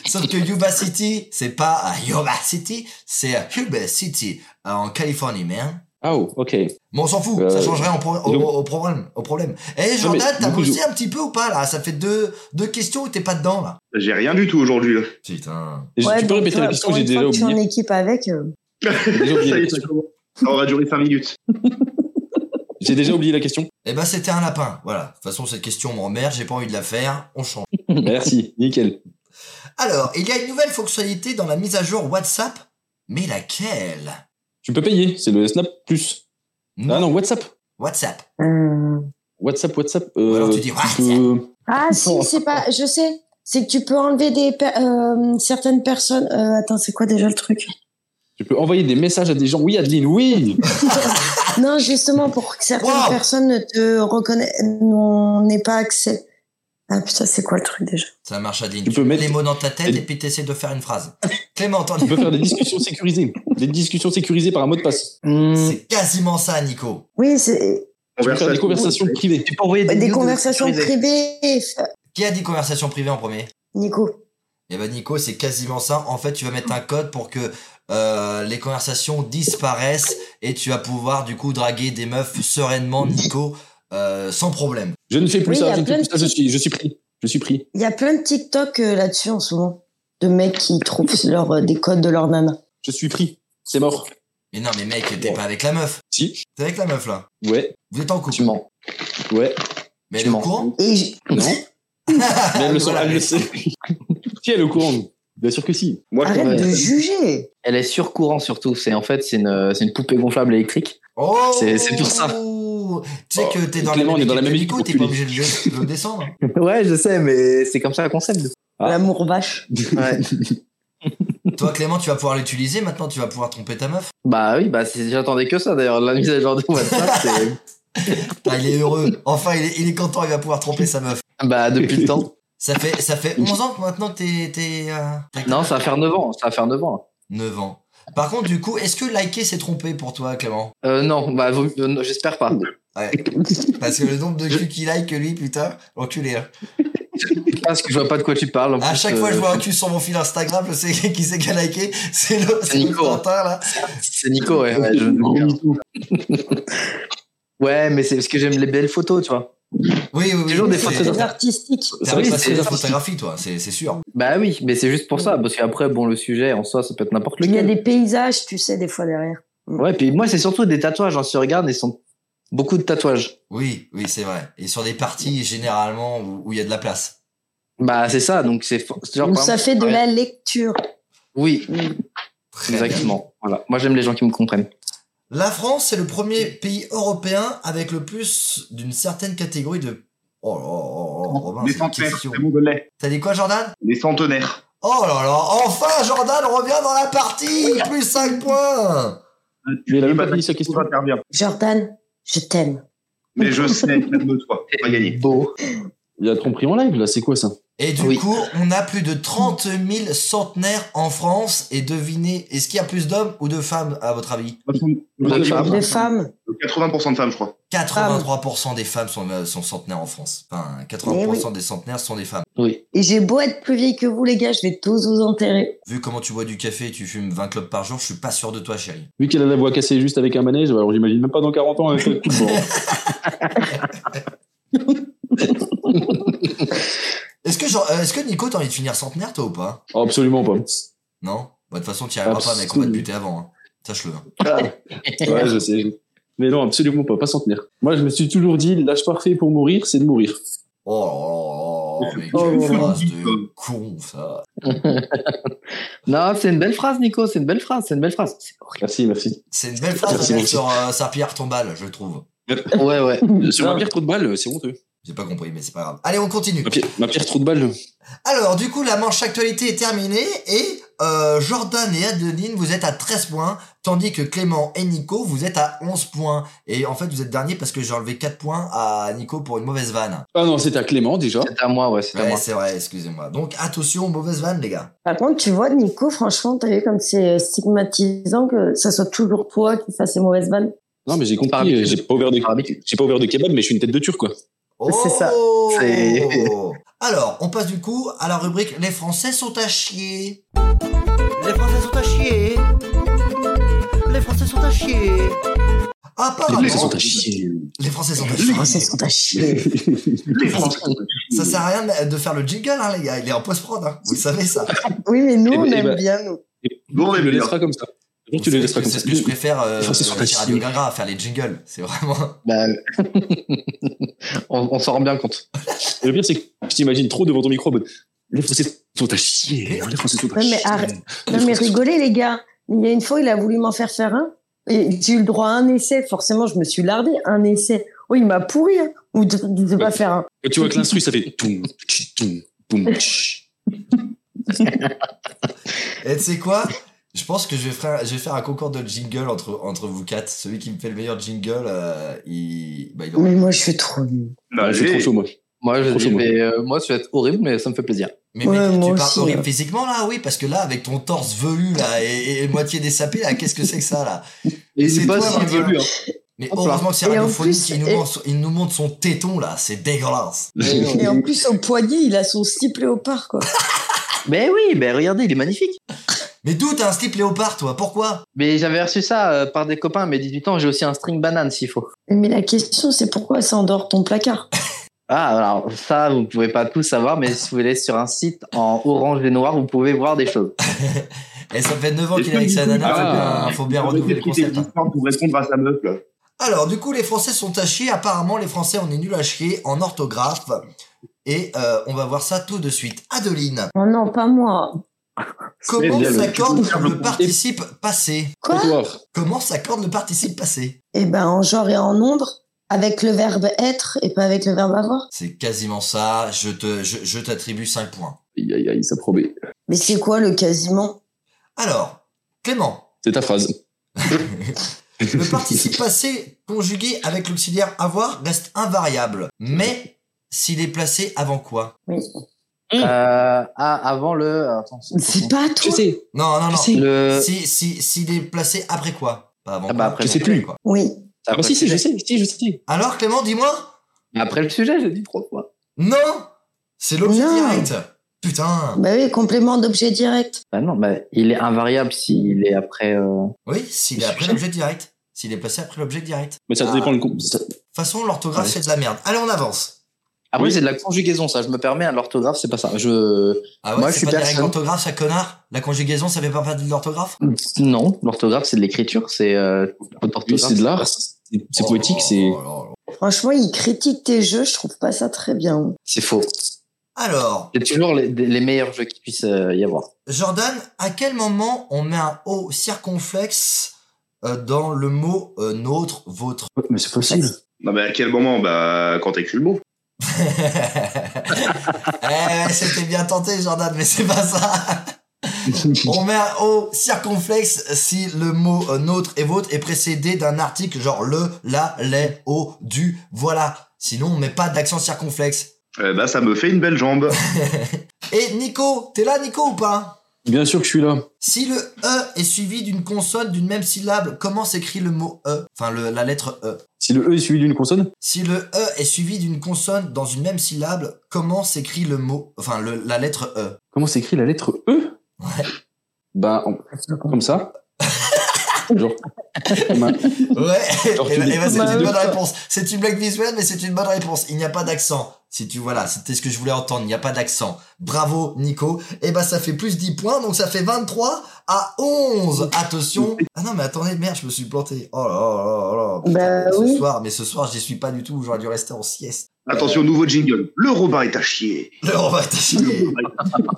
Speaker 2: Sauf que Yuba City, c'est pas à Yuba City, c'est à Yuba City, euh, en Californie, mais hein.
Speaker 6: Ah, oh, ok.
Speaker 2: Bon, on s'en fout, ça
Speaker 6: Euh,
Speaker 2: changerait en pro- au,
Speaker 6: donc-
Speaker 2: au problème. Au problème. Eh,
Speaker 6: mais
Speaker 2: Jordan, t'as
Speaker 6: du coup, je-
Speaker 2: bossé un petit peu ou pas, là Ça fait deux, deux questions où t'es pas dedans, là.
Speaker 5: J'ai rien du tout aujourd'hui. là.
Speaker 2: Putain.
Speaker 6: Je-
Speaker 3: Ouais,
Speaker 6: tu peux
Speaker 3: donc,
Speaker 6: répéter
Speaker 3: toi,
Speaker 6: la question,
Speaker 3: pour
Speaker 6: j'ai
Speaker 3: une fois
Speaker 6: déjà
Speaker 3: que Tu es en
Speaker 6: oublié.
Speaker 3: équipe avec. euh,
Speaker 6: J'ai déjà
Speaker 5: Ça
Speaker 6: oublié
Speaker 5: y
Speaker 6: la
Speaker 5: est,
Speaker 6: question.
Speaker 5: ça commence. Ça va durer 5 minutes.
Speaker 6: J'ai déjà oublié la question.
Speaker 2: Eh ben, c'était un lapin, voilà. De toute façon, cette question m'emmerde, j'ai pas envie de la faire, on change.
Speaker 6: Merci, nickel.
Speaker 2: Alors, il y a une nouvelle fonctionnalité dans la mise à jour WhatsApp, mais laquelle
Speaker 6: Tu peux payer, c'est le Snap Plus.
Speaker 2: Hmm.
Speaker 6: Ah non, WhatsApp.
Speaker 2: WhatsApp.
Speaker 3: euh,
Speaker 6: WhatsApp, WhatsApp. euh,
Speaker 2: Ou alors tu dis WhatsApp.
Speaker 6: peux-
Speaker 3: Ah
Speaker 6: Bon.
Speaker 3: si, c'est pas, je sais, c'est que tu peux enlever des per- euh, certaines personnes. euh, attends, c'est quoi déjà le truc
Speaker 6: Je peux envoyer des messages à des gens. Oui, Adeline, oui
Speaker 3: Non, justement, pour que certaines
Speaker 2: Wow.
Speaker 3: personnes ne te reconnaissent, n'ont- n'aient pas accès. Ah putain, c'est quoi le truc déjà
Speaker 2: Ça marche, Adeline.
Speaker 6: Tu
Speaker 2: Tu
Speaker 6: peux
Speaker 2: mets
Speaker 6: mettre-
Speaker 2: les mots dans ta tête
Speaker 6: Et-
Speaker 2: et puis t'essaies de faire une phrase. Clément, t'en
Speaker 6: On
Speaker 2: es-
Speaker 6: peut faire des discussions sécurisées. Des discussions sécurisées par un mot de passe.
Speaker 4: Mm.
Speaker 2: C'est quasiment ça, Nico.
Speaker 3: Oui, c'est
Speaker 6: On peut faire des conversations privées.
Speaker 4: Tu peux envoyer des,
Speaker 3: des
Speaker 4: nudes
Speaker 3: conversations
Speaker 4: sécurisées.
Speaker 3: privées,
Speaker 2: Qui a dit conversation privée en premier
Speaker 3: Nico.
Speaker 2: Eh ben Nico, c'est quasiment ça. En fait, tu vas mettre un code pour que euh, les conversations disparaissent et tu vas pouvoir du coup draguer des meufs sereinement, Nico, euh, sans problème.
Speaker 6: Je ne fais plus
Speaker 3: Oui, il y
Speaker 6: ça,
Speaker 3: a
Speaker 6: je ne fais
Speaker 3: plein
Speaker 6: plus
Speaker 3: de
Speaker 6: ça, je suis, je suis pris. Je suis pris.
Speaker 3: Il y a plein de TikTok euh, là-dessus en ce moment. De mecs qui trouvent leur, euh, des codes de leur nana.
Speaker 6: Je suis pris. C'est mort.
Speaker 2: Mais non, mais mec, t'es pas avec la meuf.
Speaker 6: Si.
Speaker 2: T'es avec la meuf là.
Speaker 6: Ouais,
Speaker 2: Vous êtes en couple.
Speaker 6: tu mens. Ouais.
Speaker 2: Mais elle
Speaker 6: tu
Speaker 2: est au
Speaker 6: mens.
Speaker 2: courant
Speaker 3: Et j-
Speaker 6: Non. Mais elle le sait,
Speaker 2: Voilà.
Speaker 6: elle le sait. si elle est au courant. Bien sûr que si.
Speaker 5: Moi, je
Speaker 3: arrête
Speaker 4: ouais.
Speaker 3: de juger.
Speaker 4: Elle est sur courant surtout. C'est en fait c'est une, euh, c'est une poupée gonflable électrique.
Speaker 2: Oh
Speaker 4: C'est- c'est pour ça.
Speaker 2: Tu sais
Speaker 6: Oh,
Speaker 2: que t'es dans,
Speaker 6: Clément, on est dans la
Speaker 2: que
Speaker 6: même
Speaker 2: Nico,
Speaker 6: équipe,
Speaker 2: t'es pas
Speaker 6: enculé.
Speaker 2: obligé de le- de le descendre.
Speaker 4: ouais, je sais, mais c'est comme ça le concept.
Speaker 6: Ah.
Speaker 3: L'amour vache.
Speaker 4: Ouais.
Speaker 2: Toi, Clément, tu vas pouvoir l'utiliser maintenant, tu vas pouvoir tromper ta meuf.
Speaker 4: bah oui, bah c'est- j'attendais que ça d'ailleurs. La mise à jour de WhatsApp, c'est
Speaker 2: Ah, il est heureux. Enfin, il est, il est content, il va pouvoir tromper sa meuf.
Speaker 4: bah depuis le temps.
Speaker 2: Ça fait, ça fait 11 ans que maintenant t'es. t'es euh, t'as
Speaker 4: Non, ça va faire 9 ans. Ça va faire 9 ans.
Speaker 2: 9 ans. Par contre, du coup, est-ce que liker c'est trompé pour toi, Clément
Speaker 4: Euh, non, bah vaut- euh, non, j'espère pas.
Speaker 2: Ouais. Parce que le nombre de culs qu'il like, lui, putain, enculé. hein.
Speaker 4: Parce que je vois pas de quoi tu parles. en
Speaker 2: À
Speaker 4: plus,
Speaker 2: chaque
Speaker 4: euh,
Speaker 2: fois, je vois un cul sur mon fil Instagram, je sais qui c'est qui a liké. C'est le c'est le
Speaker 4: Nico, hein.
Speaker 2: pantin, là.
Speaker 4: C'est Nico, ouais. Ouais, je- Ouais, mais c'est parce que j'aime les belles photos, tu vois.
Speaker 2: Oui, oui, oui.
Speaker 4: Toujours des
Speaker 2: c'est-
Speaker 4: fois très
Speaker 3: C'est
Speaker 4: inter-
Speaker 3: artistique.
Speaker 2: T'as
Speaker 4: Ah oui,
Speaker 2: pas
Speaker 4: c'est-
Speaker 2: fait de photographie, toi, c'est c'est sûr.
Speaker 4: Bah oui, mais c'est juste pour ça, parce qu'après, bon, le sujet en soi, ça peut être n'importe
Speaker 3: Il y a
Speaker 4: lequel.
Speaker 3: des paysages, tu sais, des fois derrière.
Speaker 4: Ouais, puis moi, c'est surtout des tatouages. Hein. Si tu regardes, ils sont beaucoup de tatouages.
Speaker 2: Oui, oui, c'est vrai. Et sur des parties, généralement, où où il y a de la place.
Speaker 4: Bah, c'est ça, donc c'est. for- genre,
Speaker 3: Donc
Speaker 4: par
Speaker 3: ça
Speaker 4: exemple,
Speaker 3: fait de
Speaker 4: ouais.
Speaker 3: la lecture.
Speaker 4: Oui,
Speaker 2: Très bien.
Speaker 4: exactement. Voilà. Moi, j'aime les gens qui me comprennent.
Speaker 2: La France c'est le premier pays européen avec le plus d'une certaine catégorie de. Oh là là, Robin,
Speaker 5: Les
Speaker 2: c'est une
Speaker 5: centenaires,
Speaker 2: question.
Speaker 5: c'est mon bonnet.
Speaker 2: T'as dit quoi, Jordan
Speaker 5: Les centenaires.
Speaker 2: Oh là là, enfin Jordan revient dans la partie Plus 5 points
Speaker 6: Mais elle a même pas fini sa question.
Speaker 5: Tout intervient.
Speaker 3: Jordan, je t'aime.
Speaker 5: Mais je sais, calme-toi, on va gagner.
Speaker 4: Beau.
Speaker 6: Il a tromperie en live, là, c'est quoi ça
Speaker 2: Et du
Speaker 4: Oui.
Speaker 2: coup, on a plus de 30 000 centenaires en France. Et devinez, est-ce qu'il y a plus d'hommes ou de femmes, à votre avis
Speaker 6: Deux femmes.
Speaker 3: Des femmes.
Speaker 5: 80% de femmes, je crois.
Speaker 2: 83% des femmes sont, euh, sont centenaires en France. Enfin, 80% des centenaires sont des femmes.
Speaker 4: Oui.
Speaker 3: Et j'ai beau être plus vieille que vous, les gars, je vais tous vous enterrer.
Speaker 2: Vu comment tu bois du café et tu fumes 20 clopes par jour, je suis pas sûr de toi, chérie.
Speaker 6: Vu qu'elle a la voix cassée juste avec un manège, alors j'imagine même pas dans 40 ans avec le coup de bord.
Speaker 2: Est-ce que, Jean- euh, est-ce que Nico, t'as envie de finir centenaire, toi, ou pas
Speaker 6: Oh, absolument pas.
Speaker 2: Non Bah, De toute façon, tu n'y arriveras pas, mec, on va te
Speaker 6: Absolument.
Speaker 2: buter avant. hein. Sache-le. hein.
Speaker 6: Ah, Ouais, je sais. Mais non, absolument pas, pas s'en tenir. Moi, je me suis toujours dit, l'âge parfait pour mourir, c'est de mourir.
Speaker 2: Oh là là, mais
Speaker 3: Oh
Speaker 2: quelle
Speaker 3: là là.
Speaker 2: phrase de con, ça.
Speaker 4: Non, c'est une belle phrase, Nico. C'est une belle phrase. C'est une belle phrase. C'est horrible.
Speaker 6: Merci, merci.
Speaker 2: C'est une belle phrase
Speaker 6: Merci,
Speaker 2: à mettre
Speaker 6: merci.
Speaker 2: sur euh, sa pierre tombale, je trouve.
Speaker 4: Ouais, ouais.
Speaker 6: Sur ma pierre trop de balle, euh, c'est honteux.
Speaker 2: J'ai pas compris, mais c'est pas grave. Allez, on continue.
Speaker 6: Ma pierre, ma pierre trop de balle.
Speaker 2: Alors, du coup, la manche actualité est terminée et euh, Jordan et Adeline, vous êtes à 13 points, tandis que Clément et Nico, vous êtes à 11 points. Et en fait, vous êtes dernier parce que j'ai enlevé 4 points à Nico pour une mauvaise vanne.
Speaker 6: Ah non, c'est à Clément déjà.
Speaker 4: C'est à moi, ouais. C'est à
Speaker 2: Ouais,
Speaker 4: moi.
Speaker 2: c'est vrai, excusez-moi. Donc, attention, mauvaise vanne, les gars.
Speaker 3: Par contre, tu vois, Nico, franchement, t'as vu comme c'est stigmatisant que ça soit toujours toi qui fasse les mauvaises vannes.
Speaker 6: Non, mais j'ai
Speaker 4: Par
Speaker 6: compris.
Speaker 4: habitude.
Speaker 6: J'ai pas ouvert de,
Speaker 4: Par habitude.
Speaker 6: j'ai pas ouvert de kebab, mais je suis une tête de turc, quoi.
Speaker 4: C'est ça.
Speaker 2: Oh
Speaker 4: C'est-
Speaker 2: Alors, on passe du coup à la rubrique Les Français sont à chier.
Speaker 7: Les Français sont à chier. Les Français sont à chier.
Speaker 2: Apparemment,
Speaker 6: Les Français sont à chier.
Speaker 2: les Français sont à
Speaker 3: Les
Speaker 2: chier.
Speaker 3: Français sont à chier.
Speaker 5: Les Français.
Speaker 2: Ça sert à rien de faire le jingle, hein, les gars. Il est en post-prod, hein. vous le savez ça.
Speaker 3: Oui, mais nous,
Speaker 6: Eh ben,
Speaker 3: on
Speaker 6: eh
Speaker 3: aime
Speaker 6: ben.
Speaker 3: bien, nous.
Speaker 5: Bon,
Speaker 6: tu
Speaker 5: les
Speaker 6: le
Speaker 5: bien.
Speaker 6: laisseras comme ça. Un jour, tu
Speaker 2: Vous
Speaker 6: le
Speaker 2: savez
Speaker 6: laisseras
Speaker 2: que
Speaker 6: comme
Speaker 2: C'est
Speaker 6: ça.
Speaker 2: ce que je préfère euh,
Speaker 6: Les Français sont
Speaker 2: chez
Speaker 6: à
Speaker 2: Radio
Speaker 6: chier.
Speaker 2: Gaga à faire les jingles. C'est vraiment.
Speaker 4: Bah, on on s'en rend bien compte.
Speaker 6: Et Le pire, c'est que je t'imagine trop devant ton micro. en mode, Les Français sont à chier. Les Français sont à
Speaker 3: Ouais, mais
Speaker 6: chier.
Speaker 3: arrête.
Speaker 6: Les
Speaker 3: Non, mais
Speaker 6: Français sont-
Speaker 3: rigolez, les gars. Il y a une fois, il a voulu m'en faire faire un. Et j'ai eu le droit à un essai. Forcément, je me suis lardée. Un essai. Oui, il m'a pourri. Hein. Ou de ne pas faire un.
Speaker 6: Quand tu vois que l'instru, ça fait toum, tchi, toum, toum, tch.
Speaker 2: Et tu sais quoi Je pense que je vais faire, je vais faire un concours de jingle entre, entre vous quatre. Celui qui me fait le meilleur jingle, euh, il. Bah, il aura-
Speaker 3: Mais moi, je suis trop nulle.
Speaker 6: Ouais, je suis trop
Speaker 5: Allez.
Speaker 6: chaud, moi.
Speaker 4: Moi, je
Speaker 6: Trop
Speaker 4: dis,
Speaker 6: chaud,
Speaker 4: mais, euh, moi, ça va être horrible, mais ça me fait plaisir.
Speaker 2: Mais,
Speaker 3: Ouais,
Speaker 2: mais
Speaker 3: moi
Speaker 2: tu parles
Speaker 3: aussi,
Speaker 2: horrible
Speaker 3: là.
Speaker 2: physiquement là, oui, parce que là, avec ton torse velu là et, et moitié dessapé là, qu'est-ce que c'est que ça là
Speaker 4: Et
Speaker 2: c'est
Speaker 4: c'est pas
Speaker 2: toi,
Speaker 4: si
Speaker 2: Martin.
Speaker 4: velu, hein.
Speaker 2: Mais
Speaker 4: Hop là.
Speaker 2: heureusement que c'est
Speaker 3: Oh, bah. Et en
Speaker 2: radiophonique,
Speaker 3: plus,
Speaker 2: il, nous
Speaker 3: et-
Speaker 2: montre, il nous montre son téton là, c'est dégueulasse.
Speaker 3: Et en plus, au poignet, il a son slip léopard, quoi.
Speaker 4: Mais oui, ben regardez, il est magnifique.
Speaker 2: Mais d'où t'as un slip léopard toi Pourquoi
Speaker 4: Mais j'avais reçu ça euh, par des copains à mes 18 ans. J'ai aussi un string banane s'il faut.
Speaker 3: Mais la question, c'est pourquoi ça endort ton placard
Speaker 4: Ah, alors ça, vous pouvez pas tout savoir, mais si vous allez sur un site en orange et noir, vous pouvez voir des choses.
Speaker 2: Et Eh, ça fait 9 ans
Speaker 5: Et
Speaker 2: qu'il est avec
Speaker 5: puis,
Speaker 2: sa
Speaker 5: du coup,
Speaker 2: nana, faut
Speaker 6: ah.
Speaker 2: bien- faut bien renouveler le concept. hein.
Speaker 5: pour répondre à sa meuf, là.
Speaker 2: Alors, du coup, les Français sont à chier. Apparemment, les Français, on est nuls à chier en orthographe. Et euh, on va voir ça tout de suite. Adeline,
Speaker 3: Oh non, pas moi.
Speaker 2: comment
Speaker 6: bien, le-
Speaker 5: tu
Speaker 2: s'accorde
Speaker 5: peux
Speaker 2: le
Speaker 5: faire le
Speaker 2: participe passé
Speaker 3: Quoi
Speaker 6: Comptoir.
Speaker 2: Comment s'accorde le participe passé
Speaker 3: Eh ben, en genre et en nombre, avec le verbe être et pas avec le verbe avoir.
Speaker 2: C'est quasiment ça. Je te, je, je t'attribue 5 points.
Speaker 6: Aïe, aïe, aïe, ça promet.
Speaker 3: Mais c'est quoi le quasiment
Speaker 2: Alors, Clément,
Speaker 6: C'est ta phrase.
Speaker 2: le participe passé conjugué avec l'auxiliaire avoir reste invariable. Mais s'il est placé avant quoi
Speaker 4: Euh, ah, avant le. Attends,
Speaker 3: C'est pas
Speaker 6: Je
Speaker 3: toi
Speaker 6: sais.
Speaker 2: Non, non,
Speaker 6: Je
Speaker 2: non.
Speaker 6: sais.
Speaker 4: Le.
Speaker 2: Si, si, s'il est placé après quoi Pas avant
Speaker 4: Ah bah
Speaker 2: quoi,
Speaker 4: après,
Speaker 6: je sais
Speaker 2: après
Speaker 6: plus.
Speaker 2: quoi.
Speaker 3: Oui.
Speaker 6: Ah, bah si, si, je sais. Si, je sais.
Speaker 2: Alors, Clément, dis-moi
Speaker 4: Après le sujet, j'ai dit trois fois.
Speaker 2: Non C'est l'objet
Speaker 3: Non.
Speaker 2: direct Putain
Speaker 3: Bah oui, complément d'objet direct.
Speaker 4: Bah non, bah, il est invariable s'il est après. euh,
Speaker 2: Oui, s'il est après l'objet direct. S'il est placé après l'objet direct.
Speaker 6: Mais ça
Speaker 4: Ah.
Speaker 6: dépend le com- ça-
Speaker 2: De toute façon, l'orthographe,
Speaker 4: Ouais.
Speaker 2: c'est de la merde. Allez, on avance
Speaker 4: Après,
Speaker 6: Oui.
Speaker 4: c'est de la conjugaison, ça. Je me permets, hein, l'orthographe, c'est pas ça. Je.
Speaker 2: Ah ouais,
Speaker 4: Moi, je
Speaker 2: c'est
Speaker 4: suis
Speaker 2: pas des
Speaker 4: personne.
Speaker 2: règles d'orthographe, ça connard La conjugaison, ça fait pas partie de l'orthographe
Speaker 4: Non, l'orthographe, c'est de l'écriture, c'est. euh,
Speaker 6: Oui,
Speaker 4: l'orthographe,
Speaker 6: c'est de l'art. C'est c'est
Speaker 2: Oh,
Speaker 6: poétique, c'est.
Speaker 2: oh, oh, oh.
Speaker 3: Franchement, il critique tes jeux, je trouve pas ça très bien.
Speaker 4: C'est faux.
Speaker 2: Alors,
Speaker 4: C'est toujours les, les meilleurs jeux qui puissent euh, y avoir.
Speaker 2: Jordan, à quel moment on met un O circonflexe euh, dans le mot euh, nôtre, vôtre
Speaker 4: Mais c'est possible.
Speaker 5: Non, mais à quel moment Bah, quand t'écris le mot.
Speaker 2: Eh ouais, c'était bien tenté, Jordan, mais c'est pas ça. On met un O circonflexe si le mot euh, nôtre et vôtre est précédé d'un article genre le, la, les, au, du, voilà. Sinon, on met pas d'accent circonflexe.
Speaker 5: Eh bah, ça me fait une belle jambe.
Speaker 2: Et Nico, t'es là, Nico, ou pas
Speaker 6: Bien sûr que je suis là.
Speaker 2: Si le E est suivi d'une consonne d'une même syllabe, comment s'écrit le mot E Enfin, le- la lettre E.
Speaker 6: Si le E est suivi d'une consonne,
Speaker 2: Si le E est suivi d'une consonne dans une même syllabe, comment s'écrit le mot Enfin, le- la lettre E.
Speaker 6: comment s'écrit la lettre E
Speaker 2: Ouais.
Speaker 6: Bah, en- comme ça. Genre. comme un-
Speaker 2: Ouais,
Speaker 6: Genre,
Speaker 2: et,
Speaker 6: tu
Speaker 2: bah-
Speaker 6: dis-
Speaker 2: eh ben, c'est
Speaker 6: Bah,
Speaker 2: une
Speaker 6: ouais.
Speaker 2: bonne réponse. C'est une blague visuelle, mais c'est une bonne réponse. Il n'y a pas d'accent. Si tu voilà, c'était ce que je voulais entendre. Il n'y a pas d'accent. Bravo, Nico. Et ben, ça fait plus 10 points, donc ça fait 23 à 11. Attention. Ah non, mais attendez, merde, je me suis planté. Oh là là là là. Putain,
Speaker 3: Bah
Speaker 2: ce
Speaker 3: oui.
Speaker 2: soir, mais ce soir, j'y suis pas du tout. J'aurais dû rester en sieste.
Speaker 5: Attention, nouveau jingle. Le Robin est à chier.
Speaker 2: Là, on va attaquer.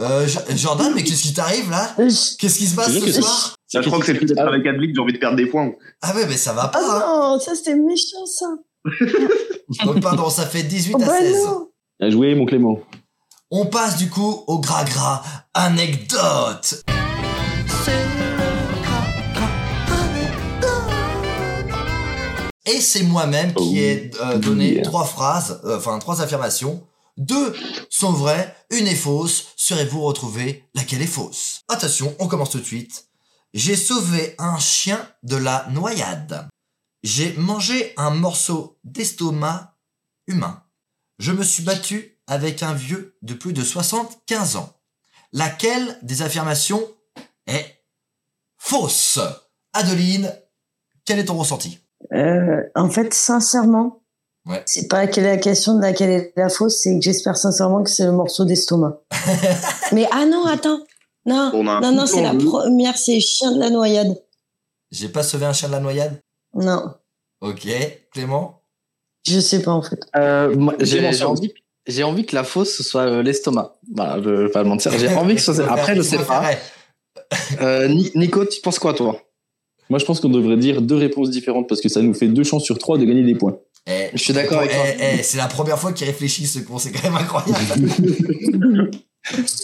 Speaker 2: Euh, Jo- Jordan, mais qu'est-ce qui t'arrive là
Speaker 3: Euh,
Speaker 2: Qu'est-ce qui se passe
Speaker 6: Je
Speaker 2: ce
Speaker 6: sais.
Speaker 2: soir
Speaker 5: Là, je crois que c'est le fait d'être
Speaker 6: Ah,
Speaker 5: avec Adeline, j'ai envie de perdre des points.
Speaker 2: Ah ouais, mais ça va pas. hein.
Speaker 3: Ah non, ça c'était méchant ça.
Speaker 2: Donc pardon, ça fait 18
Speaker 3: Oh
Speaker 2: à
Speaker 3: bah
Speaker 2: 16.
Speaker 3: non.
Speaker 6: Bien joué, mon Clément.
Speaker 2: On passe du coup au gras gras anecdote.
Speaker 7: C'est le craca anecdote.
Speaker 2: Et c'est moi-même qui
Speaker 6: Oh.
Speaker 2: ai euh, donné
Speaker 6: Yeah.
Speaker 2: trois phrases, euh, enfin trois affirmations. Deux sont vraies, une est fausse. Serez-vous retrouver laquelle est fausse Attention, on commence tout de suite. J'ai sauvé un chien de la noyade. J'ai mangé un morceau d'estomac humain. Je me suis battu avec un vieux de plus de 75 ans. Laquelle des affirmations est fausse Adeline, quel est ton ressenti
Speaker 3: Euh, en fait, sincèrement,
Speaker 2: Ouais.
Speaker 3: c'est pas quelle est la question de laquelle est la fausse, c'est que j'espère sincèrement que c'est le morceau d'estomac. Mais ah non, attends. Non,
Speaker 5: On a un
Speaker 3: non, non,
Speaker 5: couple
Speaker 3: c'est
Speaker 5: en
Speaker 3: la
Speaker 5: jeu.
Speaker 3: première, c'est chien de la noyade.
Speaker 2: J'ai pas sauvé un chien de la noyade
Speaker 3: Non,
Speaker 2: Ok, Clément
Speaker 3: je sais pas en fait.
Speaker 4: Euh, moi, j'ai
Speaker 6: Clément,
Speaker 4: j'ai
Speaker 6: ça aussi.
Speaker 4: envie, j'ai envie que la fausse ce soit euh, l'estomac. Voilà, je vais pas le mentir. J'ai envie que ce soit. Après, je sais pas. Euh, Ni- Nico, tu penses quoi, toi
Speaker 6: Moi, je pense qu'on devrait dire deux réponses différentes parce que ça nous fait deux chances sur trois de gagner des points.
Speaker 2: Eh,
Speaker 4: Je suis d'accord avec toi.
Speaker 2: eh, eh, c'est la première fois qu'il réfléchit ce con, c'est quand même incroyable.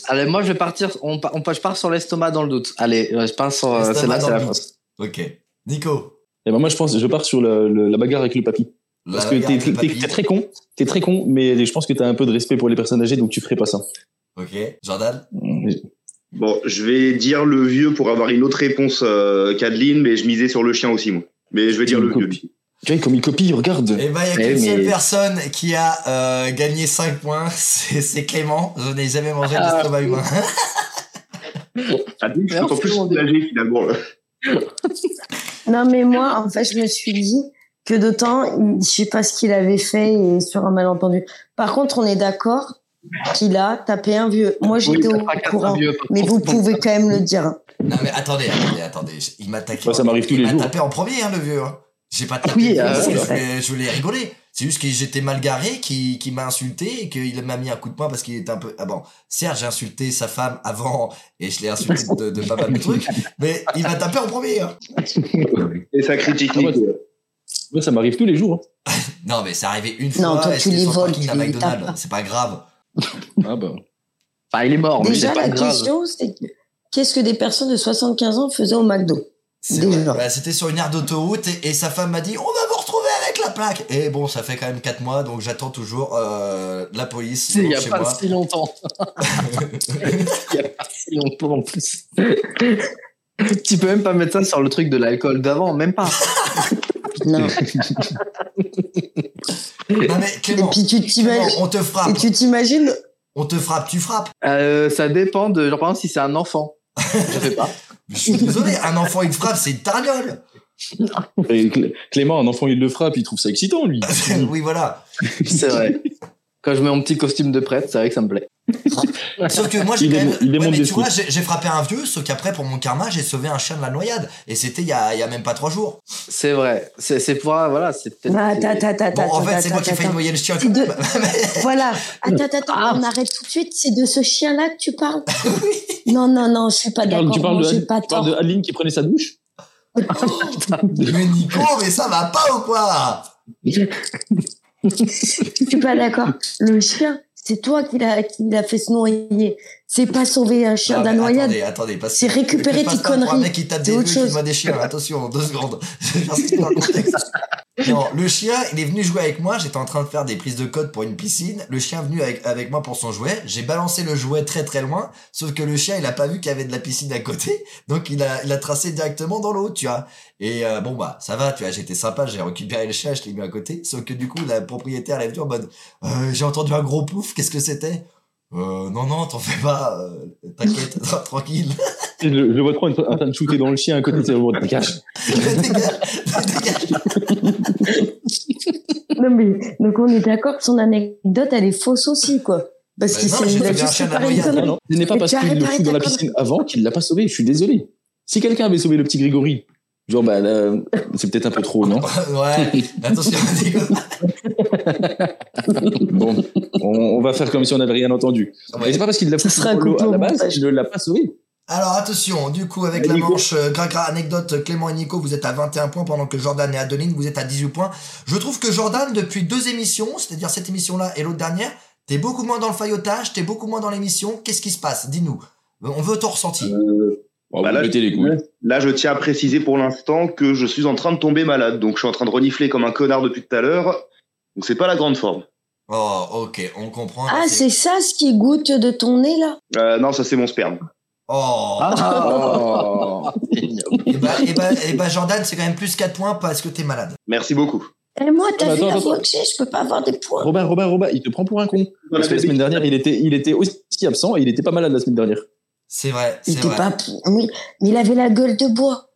Speaker 4: Allez, moi, je vais partir. On, pa- on, pa- je pars sur l'estomac dans le doute. Allez, euh, je pars sur. euh,
Speaker 2: L'estomac
Speaker 4: Celle-là,
Speaker 2: dans
Speaker 4: c'est
Speaker 2: le
Speaker 4: la
Speaker 2: doute.
Speaker 4: France.
Speaker 2: Ok. Nico.
Speaker 6: Et ben moi, je pense, je pars sur la, le- la bagarre avec le papy. Parce
Speaker 2: la
Speaker 6: que
Speaker 2: bagarre
Speaker 6: t'es-
Speaker 2: avec le
Speaker 6: t'es
Speaker 2: papy.
Speaker 6: t'es très con, t'es très con, mais je pense que t'as un peu de respect pour les personnes âgées, donc tu ferais pas ça.
Speaker 2: Ok.
Speaker 4: Euh,
Speaker 2: Jordan.
Speaker 5: Bon, je vais dire le vieux pour avoir une autre réponse euh, qu'Adeline, mais je misais sur le chien aussi, moi. Mais je vais dire le vieux.
Speaker 6: Tu vois, comme il copie, regarde.
Speaker 2: Eh ben, il y a
Speaker 4: Eh
Speaker 2: qu'une
Speaker 4: oui,
Speaker 2: seule
Speaker 4: mais-
Speaker 2: personne qui a euh, gagné 5 points. C'est c'est Clément. Je n'ai jamais mangé
Speaker 4: Ah.
Speaker 2: d'estomac humain.
Speaker 5: Adeline, Ah, je suis
Speaker 4: Merci,
Speaker 5: encore plus
Speaker 4: mon
Speaker 5: soulagé finalement. là.
Speaker 3: Non, mais moi, en fait, je me suis dit que d'autant, il- je sais pas ce qu'il avait fait et sur un malentendu. Par contre, on est d'accord qu'il a tapé un vieux. Moi,
Speaker 4: Oui,
Speaker 3: j'étais
Speaker 4: ça
Speaker 3: au
Speaker 4: fracasse un
Speaker 3: courant.
Speaker 4: vieux, par
Speaker 3: Mais
Speaker 4: contre.
Speaker 3: vous pouvez quand même le dire.
Speaker 2: Non mais attendez, attendez, attendez. Je- Il m'a attaqué.
Speaker 6: Ouais, Bah, ça m'arrive tous
Speaker 2: Il
Speaker 6: les
Speaker 2: m'a
Speaker 6: jours.
Speaker 2: tapé en premier, hein, le vieux. hein. J'ai pas tapé.
Speaker 4: oui,
Speaker 2: le vieux,
Speaker 4: euh,
Speaker 2: parce que
Speaker 3: Ah oui,
Speaker 2: je,
Speaker 3: c'est vrai.
Speaker 2: voulais, je voulais rigoler. C'est juste que j'étais mal garé, qui qui m'a insulté et qu'il m'a mis un coup de poing parce qu'il était un peu. Ah bon, certes j'ai insulté sa femme avant et je l'ai insulté de, de pas mal de trucs, mais il m'a tapé en premier. hein.
Speaker 5: Et ça critique
Speaker 6: Ah ouais.
Speaker 5: Nico.
Speaker 6: Moi, ça m'arrive tous les jours.
Speaker 2: Non mais c'est arrivé une fois.
Speaker 3: Non, toi,
Speaker 2: et
Speaker 3: tu
Speaker 2: c'était
Speaker 3: les
Speaker 2: sur le
Speaker 3: voles,
Speaker 2: parking
Speaker 3: tu
Speaker 2: d'un
Speaker 3: les
Speaker 2: McDonald's.
Speaker 3: tapes.
Speaker 2: C'est pas grave.
Speaker 6: hein. Ah bah.
Speaker 4: Enfin, il est mort, mais
Speaker 3: Déjà,
Speaker 4: c'est pas
Speaker 3: la
Speaker 4: grave.
Speaker 3: question, c'est que- qu'est-ce que des personnes de 75 ans faisaient au McDo
Speaker 2: C'est
Speaker 3: Déjà.
Speaker 2: vrai. Bah, C'était sur une aire d'autoroute et, et sa femme m'a dit on va vous retrouver avec la plaque. Et bon, ça fait quand même 4 mois donc j'attends toujours euh, la police
Speaker 4: Il n'y a
Speaker 2: chez
Speaker 4: pas
Speaker 2: moi.
Speaker 4: si longtemps. Il n'y a pas si longtemps en plus. tu peux même pas mettre ça sur le truc de l'alcool d'avant, même pas.
Speaker 3: Non.
Speaker 2: Non mais
Speaker 3: Et
Speaker 2: Clément,
Speaker 3: puis tu
Speaker 2: Clément,
Speaker 3: t'imagines.
Speaker 2: on te
Speaker 3: Et
Speaker 2: frappe,
Speaker 3: tu t'imagines.
Speaker 2: on te frappe, tu frappes.
Speaker 4: Euh, ça dépend de. Genre, par exemple, si c'est un enfant. Je sais pas.
Speaker 2: Je suis désolé, un enfant il frappe, c'est une tarniole.
Speaker 6: hein. Et Clé- Clément, un enfant, il le frappe, il trouve ça excitant, lui.
Speaker 2: oui voilà.
Speaker 4: C'est vrai. Quand je mets mon petit costume de prêtre, c'est vrai que ça me plaît.
Speaker 2: Sauf que moi j'ai
Speaker 6: Il
Speaker 2: quand
Speaker 6: démon-
Speaker 2: même,
Speaker 6: il
Speaker 2: ouais,
Speaker 6: démonte
Speaker 2: mais
Speaker 6: des
Speaker 2: tu vois, j'ai j'ai frappé un vieux, sauf qu'après pour mon karma j'ai sauvé un chien de la noyade et c'était il y a, il y a même pas trois jours.
Speaker 4: C'est vrai. C'est c'est pour. Voilà, c'est peut-être.
Speaker 3: Ah, Attends, attends,
Speaker 2: Bon
Speaker 3: attends,
Speaker 2: en fait
Speaker 3: attends,
Speaker 2: c'est moi qui ai
Speaker 3: attends,
Speaker 2: failli noyer le chien.
Speaker 3: C'est deux.
Speaker 2: Mais-
Speaker 3: Voilà. Attends, attends, attends,
Speaker 6: Ah.
Speaker 3: on arrête tout de suite. C'est de ce chien-là que tu parles Non, non, non, je suis pas
Speaker 6: Tu parles,
Speaker 3: d'accord.
Speaker 6: tu parles
Speaker 3: non,
Speaker 6: de,
Speaker 3: j'ai pas
Speaker 6: tu
Speaker 3: tort.
Speaker 6: parles de Adeline qui prenait sa douche
Speaker 2: mais Nico, mais ça va pas ou quoi
Speaker 3: Je suis pas d'accord. Le chien, c'est toi qui l'a qui l'a fait se noyer. C'est pas sauver un chien
Speaker 2: Non,
Speaker 3: d'un
Speaker 2: Ah, mais
Speaker 3: noyade.
Speaker 2: Attendez, attendez, parce que-
Speaker 3: C'est récupérer
Speaker 2: parce
Speaker 3: tes
Speaker 2: que passe pas pour Un
Speaker 3: conneries.
Speaker 2: mec qui tape
Speaker 3: C'est
Speaker 2: des
Speaker 3: autre
Speaker 2: autre chose.
Speaker 3: chose.
Speaker 2: Qui des chiens. Attention, deux secondes. Je vais faire ce qu'il y a dans le contexte. Non, le chien, il est venu jouer avec moi. J'étais en train de faire des prises de code pour une piscine. Le chien est venu avec, avec moi pour son jouet. J'ai balancé le jouet très très loin. Sauf que le chien, il a pas vu qu'il y avait de la piscine à côté. Donc il a, il a tracé directement dans l'eau, tu vois. Et euh, bon bah ça va, tu vois, j'étais sympa, j'ai récupéré le chien, je l'ai mis à côté. Sauf que du coup, la propriétaire elle est venue en mode, Euh, j'ai entendu un gros pouf, qu'est-ce que c'était euh, Non non, t'en fais pas, euh, t'inquiète, tranquille.
Speaker 6: Je le je le vois trop en train en train de shooter dans le chien à côté de sa bon, dégage.
Speaker 2: Dégage, dégage.
Speaker 3: Non, mais, donc on est d'accord que son anecdote, elle est fausse aussi, quoi. Parce
Speaker 2: Bah
Speaker 3: qu'il
Speaker 2: non,
Speaker 3: s'est
Speaker 2: mais je
Speaker 3: il a
Speaker 2: te fais un
Speaker 3: juste
Speaker 2: chien
Speaker 3: séparé une
Speaker 2: d'un
Speaker 6: Non,
Speaker 3: connerie.
Speaker 6: non, ce n'est pas
Speaker 3: Mais
Speaker 6: parce
Speaker 3: tu
Speaker 6: qu'il
Speaker 3: arrêtes,
Speaker 6: le
Speaker 3: arrête,
Speaker 6: fout dans la
Speaker 3: arrête.
Speaker 6: piscine avant qu'il l'a pas sauvé. Je suis désolé. Si quelqu'un avait sauvé le petit Grégory, genre, bah, là, c'est peut-être un peu trop, non
Speaker 2: Ouais, attention, Nico.
Speaker 6: Bon, on, on va faire comme si on n'avait rien entendu.
Speaker 2: Ouais.
Speaker 6: Mais c'est pas parce qu'il l'a
Speaker 3: Ça
Speaker 6: foutu
Speaker 3: sera
Speaker 6: dans l'eau
Speaker 3: coupé
Speaker 6: à
Speaker 3: au
Speaker 6: la base
Speaker 3: montage.
Speaker 6: qu'il ne l'a pas sauvé.
Speaker 2: Alors attention, du coup avec
Speaker 6: Et
Speaker 2: la
Speaker 6: Nico
Speaker 2: manche euh, Gragra anecdote, Clément et Nico, vous êtes à 21 points pendant que Jordan et Adeline, vous êtes à 18 points. Je trouve que Jordan, depuis deux émissions, c'est-à-dire cette émission-là et l'autre dernière, t'es beaucoup moins dans le faillotage, t'es beaucoup moins dans l'émission. Qu'est-ce qui se passe Dis-nous. On veut ton ressenti.
Speaker 6: Bon,
Speaker 5: Bah
Speaker 6: Oh, vous
Speaker 5: là,
Speaker 6: mettez les couilles.
Speaker 5: Là, je tiens à préciser pour l'instant que je suis en train de tomber malade, donc je suis en train de renifler comme un connard depuis tout à l'heure. Donc c'est pas la grande forme.
Speaker 2: Oh, ok, on comprend.
Speaker 3: Ah, c'est ça ce qui goûte de ton nez, là
Speaker 5: Euh, non, ça c'est mon sperme.
Speaker 2: Oh.
Speaker 4: Ah,
Speaker 2: Et bah, et bah, et bah Jordan, c'est quand même plus 4 points parce que t'es malade.
Speaker 5: Merci beaucoup.
Speaker 3: Et Eh, moi, t'as
Speaker 6: Ah, bah,
Speaker 3: vu
Speaker 6: attends,
Speaker 3: la
Speaker 6: attends.
Speaker 3: voix que j'ai, je peux pas avoir des points.
Speaker 6: Robin, Robin, Robin, il te prend pour un con. Parce que la semaine dernière, il était, il était aussi absent et il était pas malade la semaine dernière.
Speaker 2: C'est vrai,
Speaker 3: Il
Speaker 2: c'est
Speaker 3: était
Speaker 2: vrai.
Speaker 3: pas. Oui, mais il avait la gueule de bois.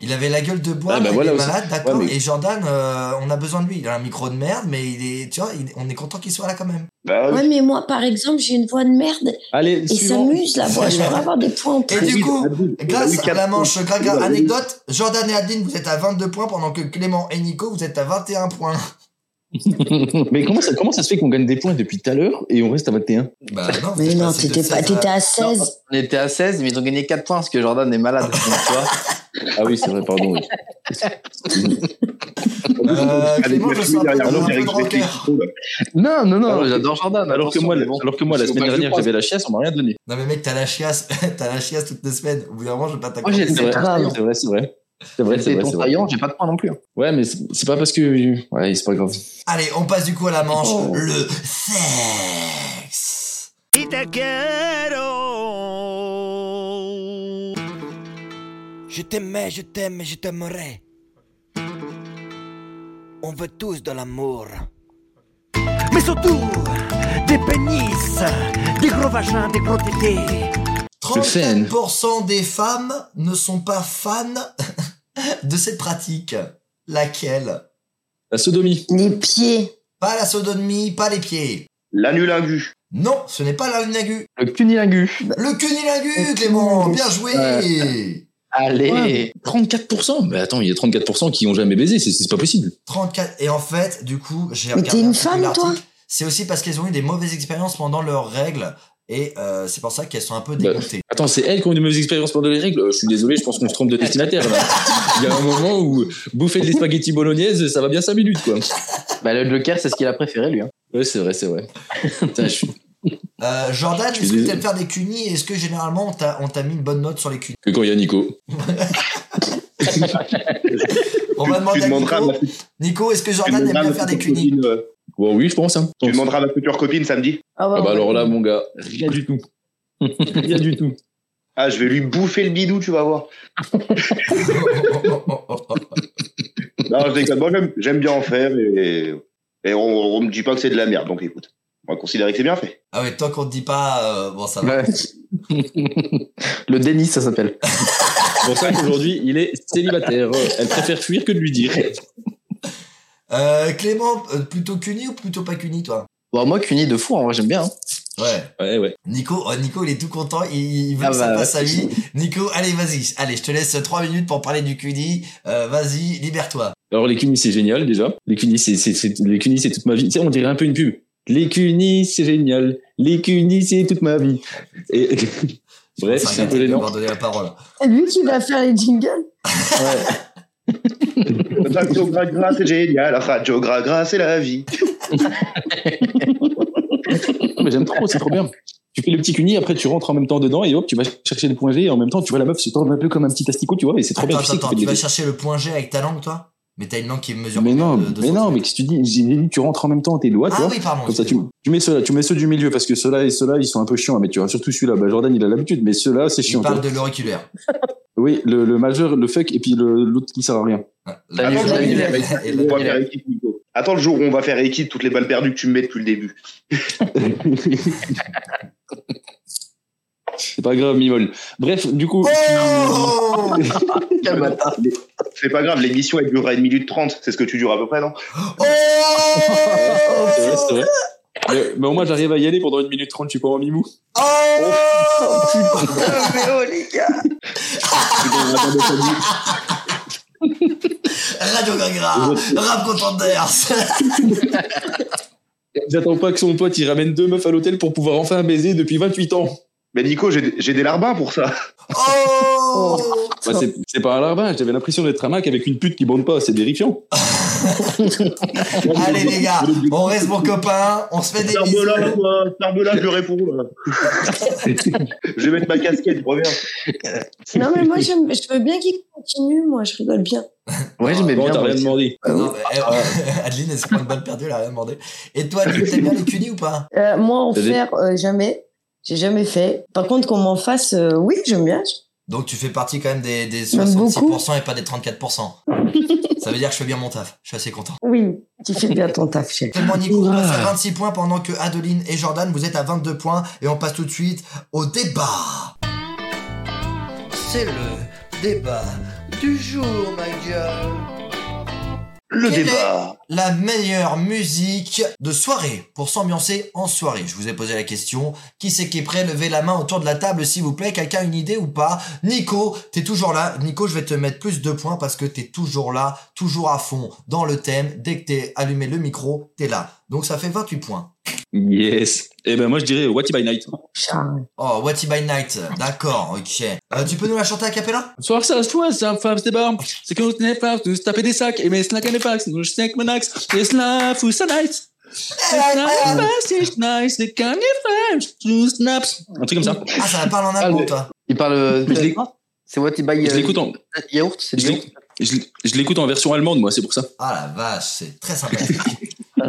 Speaker 2: Il avait la gueule de bois,
Speaker 6: Ah bah
Speaker 2: il
Speaker 6: voilà,
Speaker 2: est
Speaker 6: aussi.
Speaker 2: malade, d'accord.
Speaker 6: Ouais, mais-
Speaker 2: Et Jordan, euh, on a besoin de lui. Il a un micro de merde, mais il est, tu vois, il- on est content qu'il soit là quand même.
Speaker 5: Bah, oui.
Speaker 3: Ouais, mais moi, par exemple, j'ai une voix de merde
Speaker 6: Allez,
Speaker 3: et ça
Speaker 6: Ah suivant.
Speaker 3: m'use la voix. Je peux pas avoir des points en
Speaker 2: Et
Speaker 3: plus.
Speaker 2: du coup,
Speaker 5: Adeline, on a eu
Speaker 2: grâce à
Speaker 5: quatre
Speaker 2: la
Speaker 5: points.
Speaker 2: manche Gragra
Speaker 5: Oui, bah,
Speaker 2: anecdote, Jordan et Adeline, vous êtes à 22 points, pendant que Clément et Nico, vous êtes à 21 points.
Speaker 6: Mais comment ça, comment ça se fait qu'on gagne des points depuis tout à l'heure et on reste à 21
Speaker 2: Bah non, vous
Speaker 3: Mais
Speaker 2: êtes
Speaker 3: non,
Speaker 2: passé de
Speaker 3: t'étais
Speaker 2: 16
Speaker 3: pas,
Speaker 2: à-
Speaker 3: t'étais à
Speaker 4: non,
Speaker 3: 16.
Speaker 4: on était à 16, mais ils ont gagné 4 points parce que Jordan est malade. Donc, tu vois,
Speaker 6: Ah oui, c'est vrai, pardon. oui.
Speaker 2: Euh,
Speaker 5: Avec
Speaker 2: Clément,
Speaker 5: la
Speaker 2: je
Speaker 5: pluie
Speaker 2: sens un peu
Speaker 5: derrière nous,
Speaker 2: de
Speaker 5: Eric
Speaker 2: rancœur.
Speaker 5: Zemmour.
Speaker 4: Non, non,
Speaker 6: Alors
Speaker 4: non,
Speaker 6: que-
Speaker 4: j'adore Jordan.
Speaker 6: Ah Alors que
Speaker 4: attention,
Speaker 6: moi,
Speaker 4: mais
Speaker 6: la-
Speaker 4: bon.
Speaker 6: alors que moi, la
Speaker 4: Parce que
Speaker 6: semaine
Speaker 4: moi, je
Speaker 6: dernière,
Speaker 4: pense-
Speaker 6: j'avais la chiasse, on m'a rien donné.
Speaker 2: Non mais mec, t'as la chiasse, t'as la chiasse toutes les semaines. Au bout d'un moment, je vais pas
Speaker 4: Moi, j'ai
Speaker 2: t'accorder.
Speaker 4: été
Speaker 6: C'est vrai,
Speaker 4: contrariant.
Speaker 6: c'est vrai, c'est vrai. C'est vrai,
Speaker 4: J'ai
Speaker 6: c'est
Speaker 4: été
Speaker 6: vrai, c'est vrai.
Speaker 4: contrariant, j'ai pas de points non plus. hein.
Speaker 6: Ouais, mais c'est c'est pas parce que. Ouais, c'est pas grave.
Speaker 2: Allez, on passe du coup à la manche.
Speaker 6: Oh.
Speaker 2: Le sexe.
Speaker 7: Y te quiero.
Speaker 1: Je t'aimais, je t'aime et je t'aimerai. On veut tous de l'amour.
Speaker 7: Mais surtout, des pénis, des gros vagins, des gros tétés.
Speaker 4: Le fan.
Speaker 2: 34% des femmes ne sont pas fans de cette pratique. Laquelle
Speaker 6: La sodomie.
Speaker 3: Les pieds.
Speaker 2: Pas la sodomie, pas les pieds.
Speaker 5: L'anulingus.
Speaker 2: Non, ce n'est pas la lunagu.
Speaker 4: Le cunilingus.
Speaker 2: Le cunilingus, Clément, bien joué.
Speaker 4: Allez.
Speaker 6: Ouais, 34% Mais attends, il y a 34% qui ont jamais baisé, c'est- c'est pas possible.
Speaker 2: 34. Et en fait, du coup, j'ai
Speaker 3: Mais
Speaker 2: regardé.
Speaker 3: t'es
Speaker 2: un
Speaker 3: une
Speaker 2: petit peu
Speaker 3: femme, toi
Speaker 2: l'article. C'est aussi parce qu'elles ont eu des mauvaises expériences pendant leurs règles. Et euh, c'est pour ça qu'elles sont un peu
Speaker 6: Bah.
Speaker 2: dégoûtées.
Speaker 6: Attends, c'est elles qui ont eu de mauvaises expériences pendant les règles Euh, Je suis désolé, je pense qu'on se trompe de destinataire. là. Il y a un moment où bouffer des spaghettis bolognaises, ça va bien 5 minutes, quoi.
Speaker 4: Bah, le Joker, c'est ce qu'il a préféré, lui. hein.
Speaker 6: Ouais, c'est vrai, c'est vrai. Putain, je suis-
Speaker 2: Euh, Jordan,
Speaker 6: Je
Speaker 2: est-ce
Speaker 6: suis
Speaker 2: que
Speaker 6: désolé.
Speaker 2: t'aimes faire des cunis Est-ce que généralement on t'a on t'a mis une bonne note sur les cunis
Speaker 6: Que quand il y a Nico.
Speaker 2: On va
Speaker 5: Tu
Speaker 2: demander à
Speaker 5: demanderas à ma
Speaker 2: Nico.
Speaker 5: future-
Speaker 2: Nico, est-ce que
Speaker 5: tu
Speaker 2: Jordan aime
Speaker 5: demanderas à
Speaker 2: bien
Speaker 5: ma
Speaker 2: faire des
Speaker 5: future
Speaker 2: cunis
Speaker 5: copine, euh,
Speaker 6: Bon, oui, je pense. Hein.
Speaker 5: tu demanderas à ma future copine samedi.
Speaker 6: Ah
Speaker 3: ouais.
Speaker 6: bah alors là, mon gars, rien du tout. rien du tout.
Speaker 5: Ah, je vais lui bouffer le bidou, tu vas voir.
Speaker 2: Oh,
Speaker 5: Non, je déconne. Moi, j'aime- j'aime bien en faire et, et on, on me dit pas que c'est de la merde. Donc écoute, on va considérer que c'est bien fait.
Speaker 2: Ah ouais, tant qu'on te dit pas, euh, bon ça va.
Speaker 4: Ouais. le déni, ça s'appelle.
Speaker 6: C'est pour ça qu'aujourd'hui, il est célibataire. Euh, Elle préfère fuir que de lui dire.
Speaker 2: Euh, Clément, euh, plutôt cunis ou plutôt pas cunis toi
Speaker 4: Bon, moi, cuni de fou, en vrai, j'aime bien. hein.
Speaker 2: Ouais.
Speaker 6: Ouais, ouais.
Speaker 2: Nico, oh, Nico, il est tout content, il, il veut
Speaker 4: Ah
Speaker 2: que ça
Speaker 4: bah,
Speaker 2: passe à lui. Nico, allez, vas-y, allez, je te laisse trois minutes pour parler du cunis. Euh, vas-y, libère-toi.
Speaker 6: Alors, les cunis, c'est génial, déjà. Les cunis, c'est, c'est, c'est- les cunis, c'est toute ma vie. Tu sais, on dirait un peu une pub. Les cunis, c'est génial. Les cunis, c'est toute ma vie. Et... Bref,
Speaker 2: Enfin,
Speaker 6: c'est un
Speaker 2: arrêtez
Speaker 6: peu
Speaker 2: de
Speaker 6: gênant.
Speaker 2: leur donner la parole.
Speaker 3: C'est lui qui va faire les jingles.
Speaker 5: Radio Gragra, c'est génial. Radio Gragra, c'est la vie.
Speaker 6: Non, mais j'aime trop, c'est trop bien. Tu fais le petit cuni, après tu rentres en même temps dedans et hop, tu vas chercher le point G et en même temps tu vois la meuf se tordre un peu comme un petit asticot, tu vois, et c'est trop
Speaker 2: Attends,
Speaker 6: bien. tu sais
Speaker 2: attends,
Speaker 6: que tu
Speaker 2: tu
Speaker 6: fais des-
Speaker 2: vas chercher le point G avec ta langue, toi Mais t'as une langue qui mesure.
Speaker 6: mais
Speaker 2: combien
Speaker 6: non,
Speaker 2: de- de
Speaker 6: mais non, mais
Speaker 2: centimètres
Speaker 6: qu'est-ce que tu dis J'ai dit, tu rentres en même temps tes doigts, tu
Speaker 2: Ah
Speaker 6: vois.
Speaker 2: oui, pardon.
Speaker 6: Comme ça, tu, tu mets ceux-là, tu mets ceux du milieu parce que ceux-là et ceux-là, ils sont un peu chiants à mettre. Tu vois, surtout celui-là, bah, Jordan, il a l'habitude, mais ceux-là, c'est
Speaker 2: Je
Speaker 6: chiant. tu vois.
Speaker 2: parle de l'auriculaire.
Speaker 6: Oui, le, le majeur, le fuck, et puis le- l'autre qui sert à rien.
Speaker 2: La-
Speaker 4: Attends,
Speaker 2: la-
Speaker 4: j'ai-
Speaker 2: la-
Speaker 5: j'ai-
Speaker 2: la-
Speaker 5: On va
Speaker 2: la-
Speaker 5: faire équipe, Nico. Attends le jour où on va faire équipe toutes les balles perdues que tu me mets depuis le début.
Speaker 6: c'est pas grave, Mimol. Bref, du coup.
Speaker 2: Oh
Speaker 4: Quel bâtard.
Speaker 5: C'est pas grave, l'émission elle durera une minute trente. C'est ce que tu dures à peu près, non
Speaker 6: C'est vrai, c'est
Speaker 2: Oh
Speaker 6: vrai. Mais, mais au moins, j'arrive à y aller pendant une minute trente, je suis pas en mimou.
Speaker 2: Oh Radio Gagra Rap Contenders
Speaker 6: J'attends pas que son pote il ramène deux meufs à l'hôtel pour pouvoir enfin baiser depuis 28 ans.
Speaker 5: Mais Nico, j'ai j'ai des larbins pour ça.
Speaker 2: Oh
Speaker 6: Bah, c'est- c'est pas un larbin, j'avais l'impression d'être un mec avec une pute qui bande pas, c'est terrifiant.
Speaker 2: Allez les gars, on reste bon copain, on se fait des bisous.
Speaker 5: Ferme-la, quoi. Ferme-la, je réponds. là. je vais mettre ma casquette, je reviens.
Speaker 3: Non, mais moi, j'aime- je veux bien qu'il continue, moi, je rigole bien.
Speaker 4: Ouais, j'aimais
Speaker 6: Ah, Bon,
Speaker 4: bien.
Speaker 6: t'as
Speaker 4: moi
Speaker 6: rien
Speaker 4: aussi.
Speaker 6: demandé.
Speaker 2: Ah Non, mais, eh, Adeline, elle se prend une balle perdue, elle a rien demandé. Et toi, Nick, t'aimes bien les cunis ou pas
Speaker 3: Euh, moi, en
Speaker 6: Vas-y.
Speaker 3: faire, euh, jamais. J'ai jamais fait. Par contre, qu'on m'en fasse, euh, oui, j'aime bien.
Speaker 2: Donc tu fais partie quand même des, des
Speaker 3: Même
Speaker 2: 66% et pas des 34%. Ça veut dire que je fais bien mon taf. Je suis assez content.
Speaker 3: Oui, tu fais bien ton taf, chef.
Speaker 2: Clément Nico, on
Speaker 6: Ouah.
Speaker 2: passe à 26 points pendant que Adeline et Jordan, vous êtes à 22 points. Et on passe tout de suite au débat. C'est le débat du jour, ma gueule.
Speaker 5: Le
Speaker 2: Quel
Speaker 5: débat.
Speaker 2: La meilleure musique de soirée pour s'ambiancer en soirée. Je vous ai posé la question. Qui c'est qui est prêt Levez la main autour de la table, s'il vous plaît. Quelqu'un a une idée ou pas Nico, t'es toujours là. Nico, je vais te mettre plus de points parce que t'es toujours là, toujours à fond, dans le thème. Dès que t'es allumé le micro, t'es là. Donc ça fait 28 points.
Speaker 6: Yes. Et ben moi je dirais What If by Night.
Speaker 3: Charles.
Speaker 2: Oh, What If by Night, d'accord, ok. Euh, tu peux nous la chanter à cappella
Speaker 6: Soir ça, toi, ça, femme, c'était bon. C'est qu'on n'est pas tous taper des sacs. Et mes snacks et mes packs, nous snack mon axe. Et cela fout sa night. Et cela passe, it's nice, les can friends, two snaps. Un truc comme ça.
Speaker 2: Ah, ça parle en allemand,
Speaker 6: Allez.
Speaker 2: toi.
Speaker 4: Il parle. euh,
Speaker 6: Je l'écoute-
Speaker 4: C'est what il by
Speaker 6: Je l'écoute en,
Speaker 4: yaourt, c'est du
Speaker 6: je l'ai-
Speaker 4: yaourt.
Speaker 6: je l'ai- je l'écoute en version allemande, moi, c'est pour ça.
Speaker 2: Ah la vache, c'est très sympathique.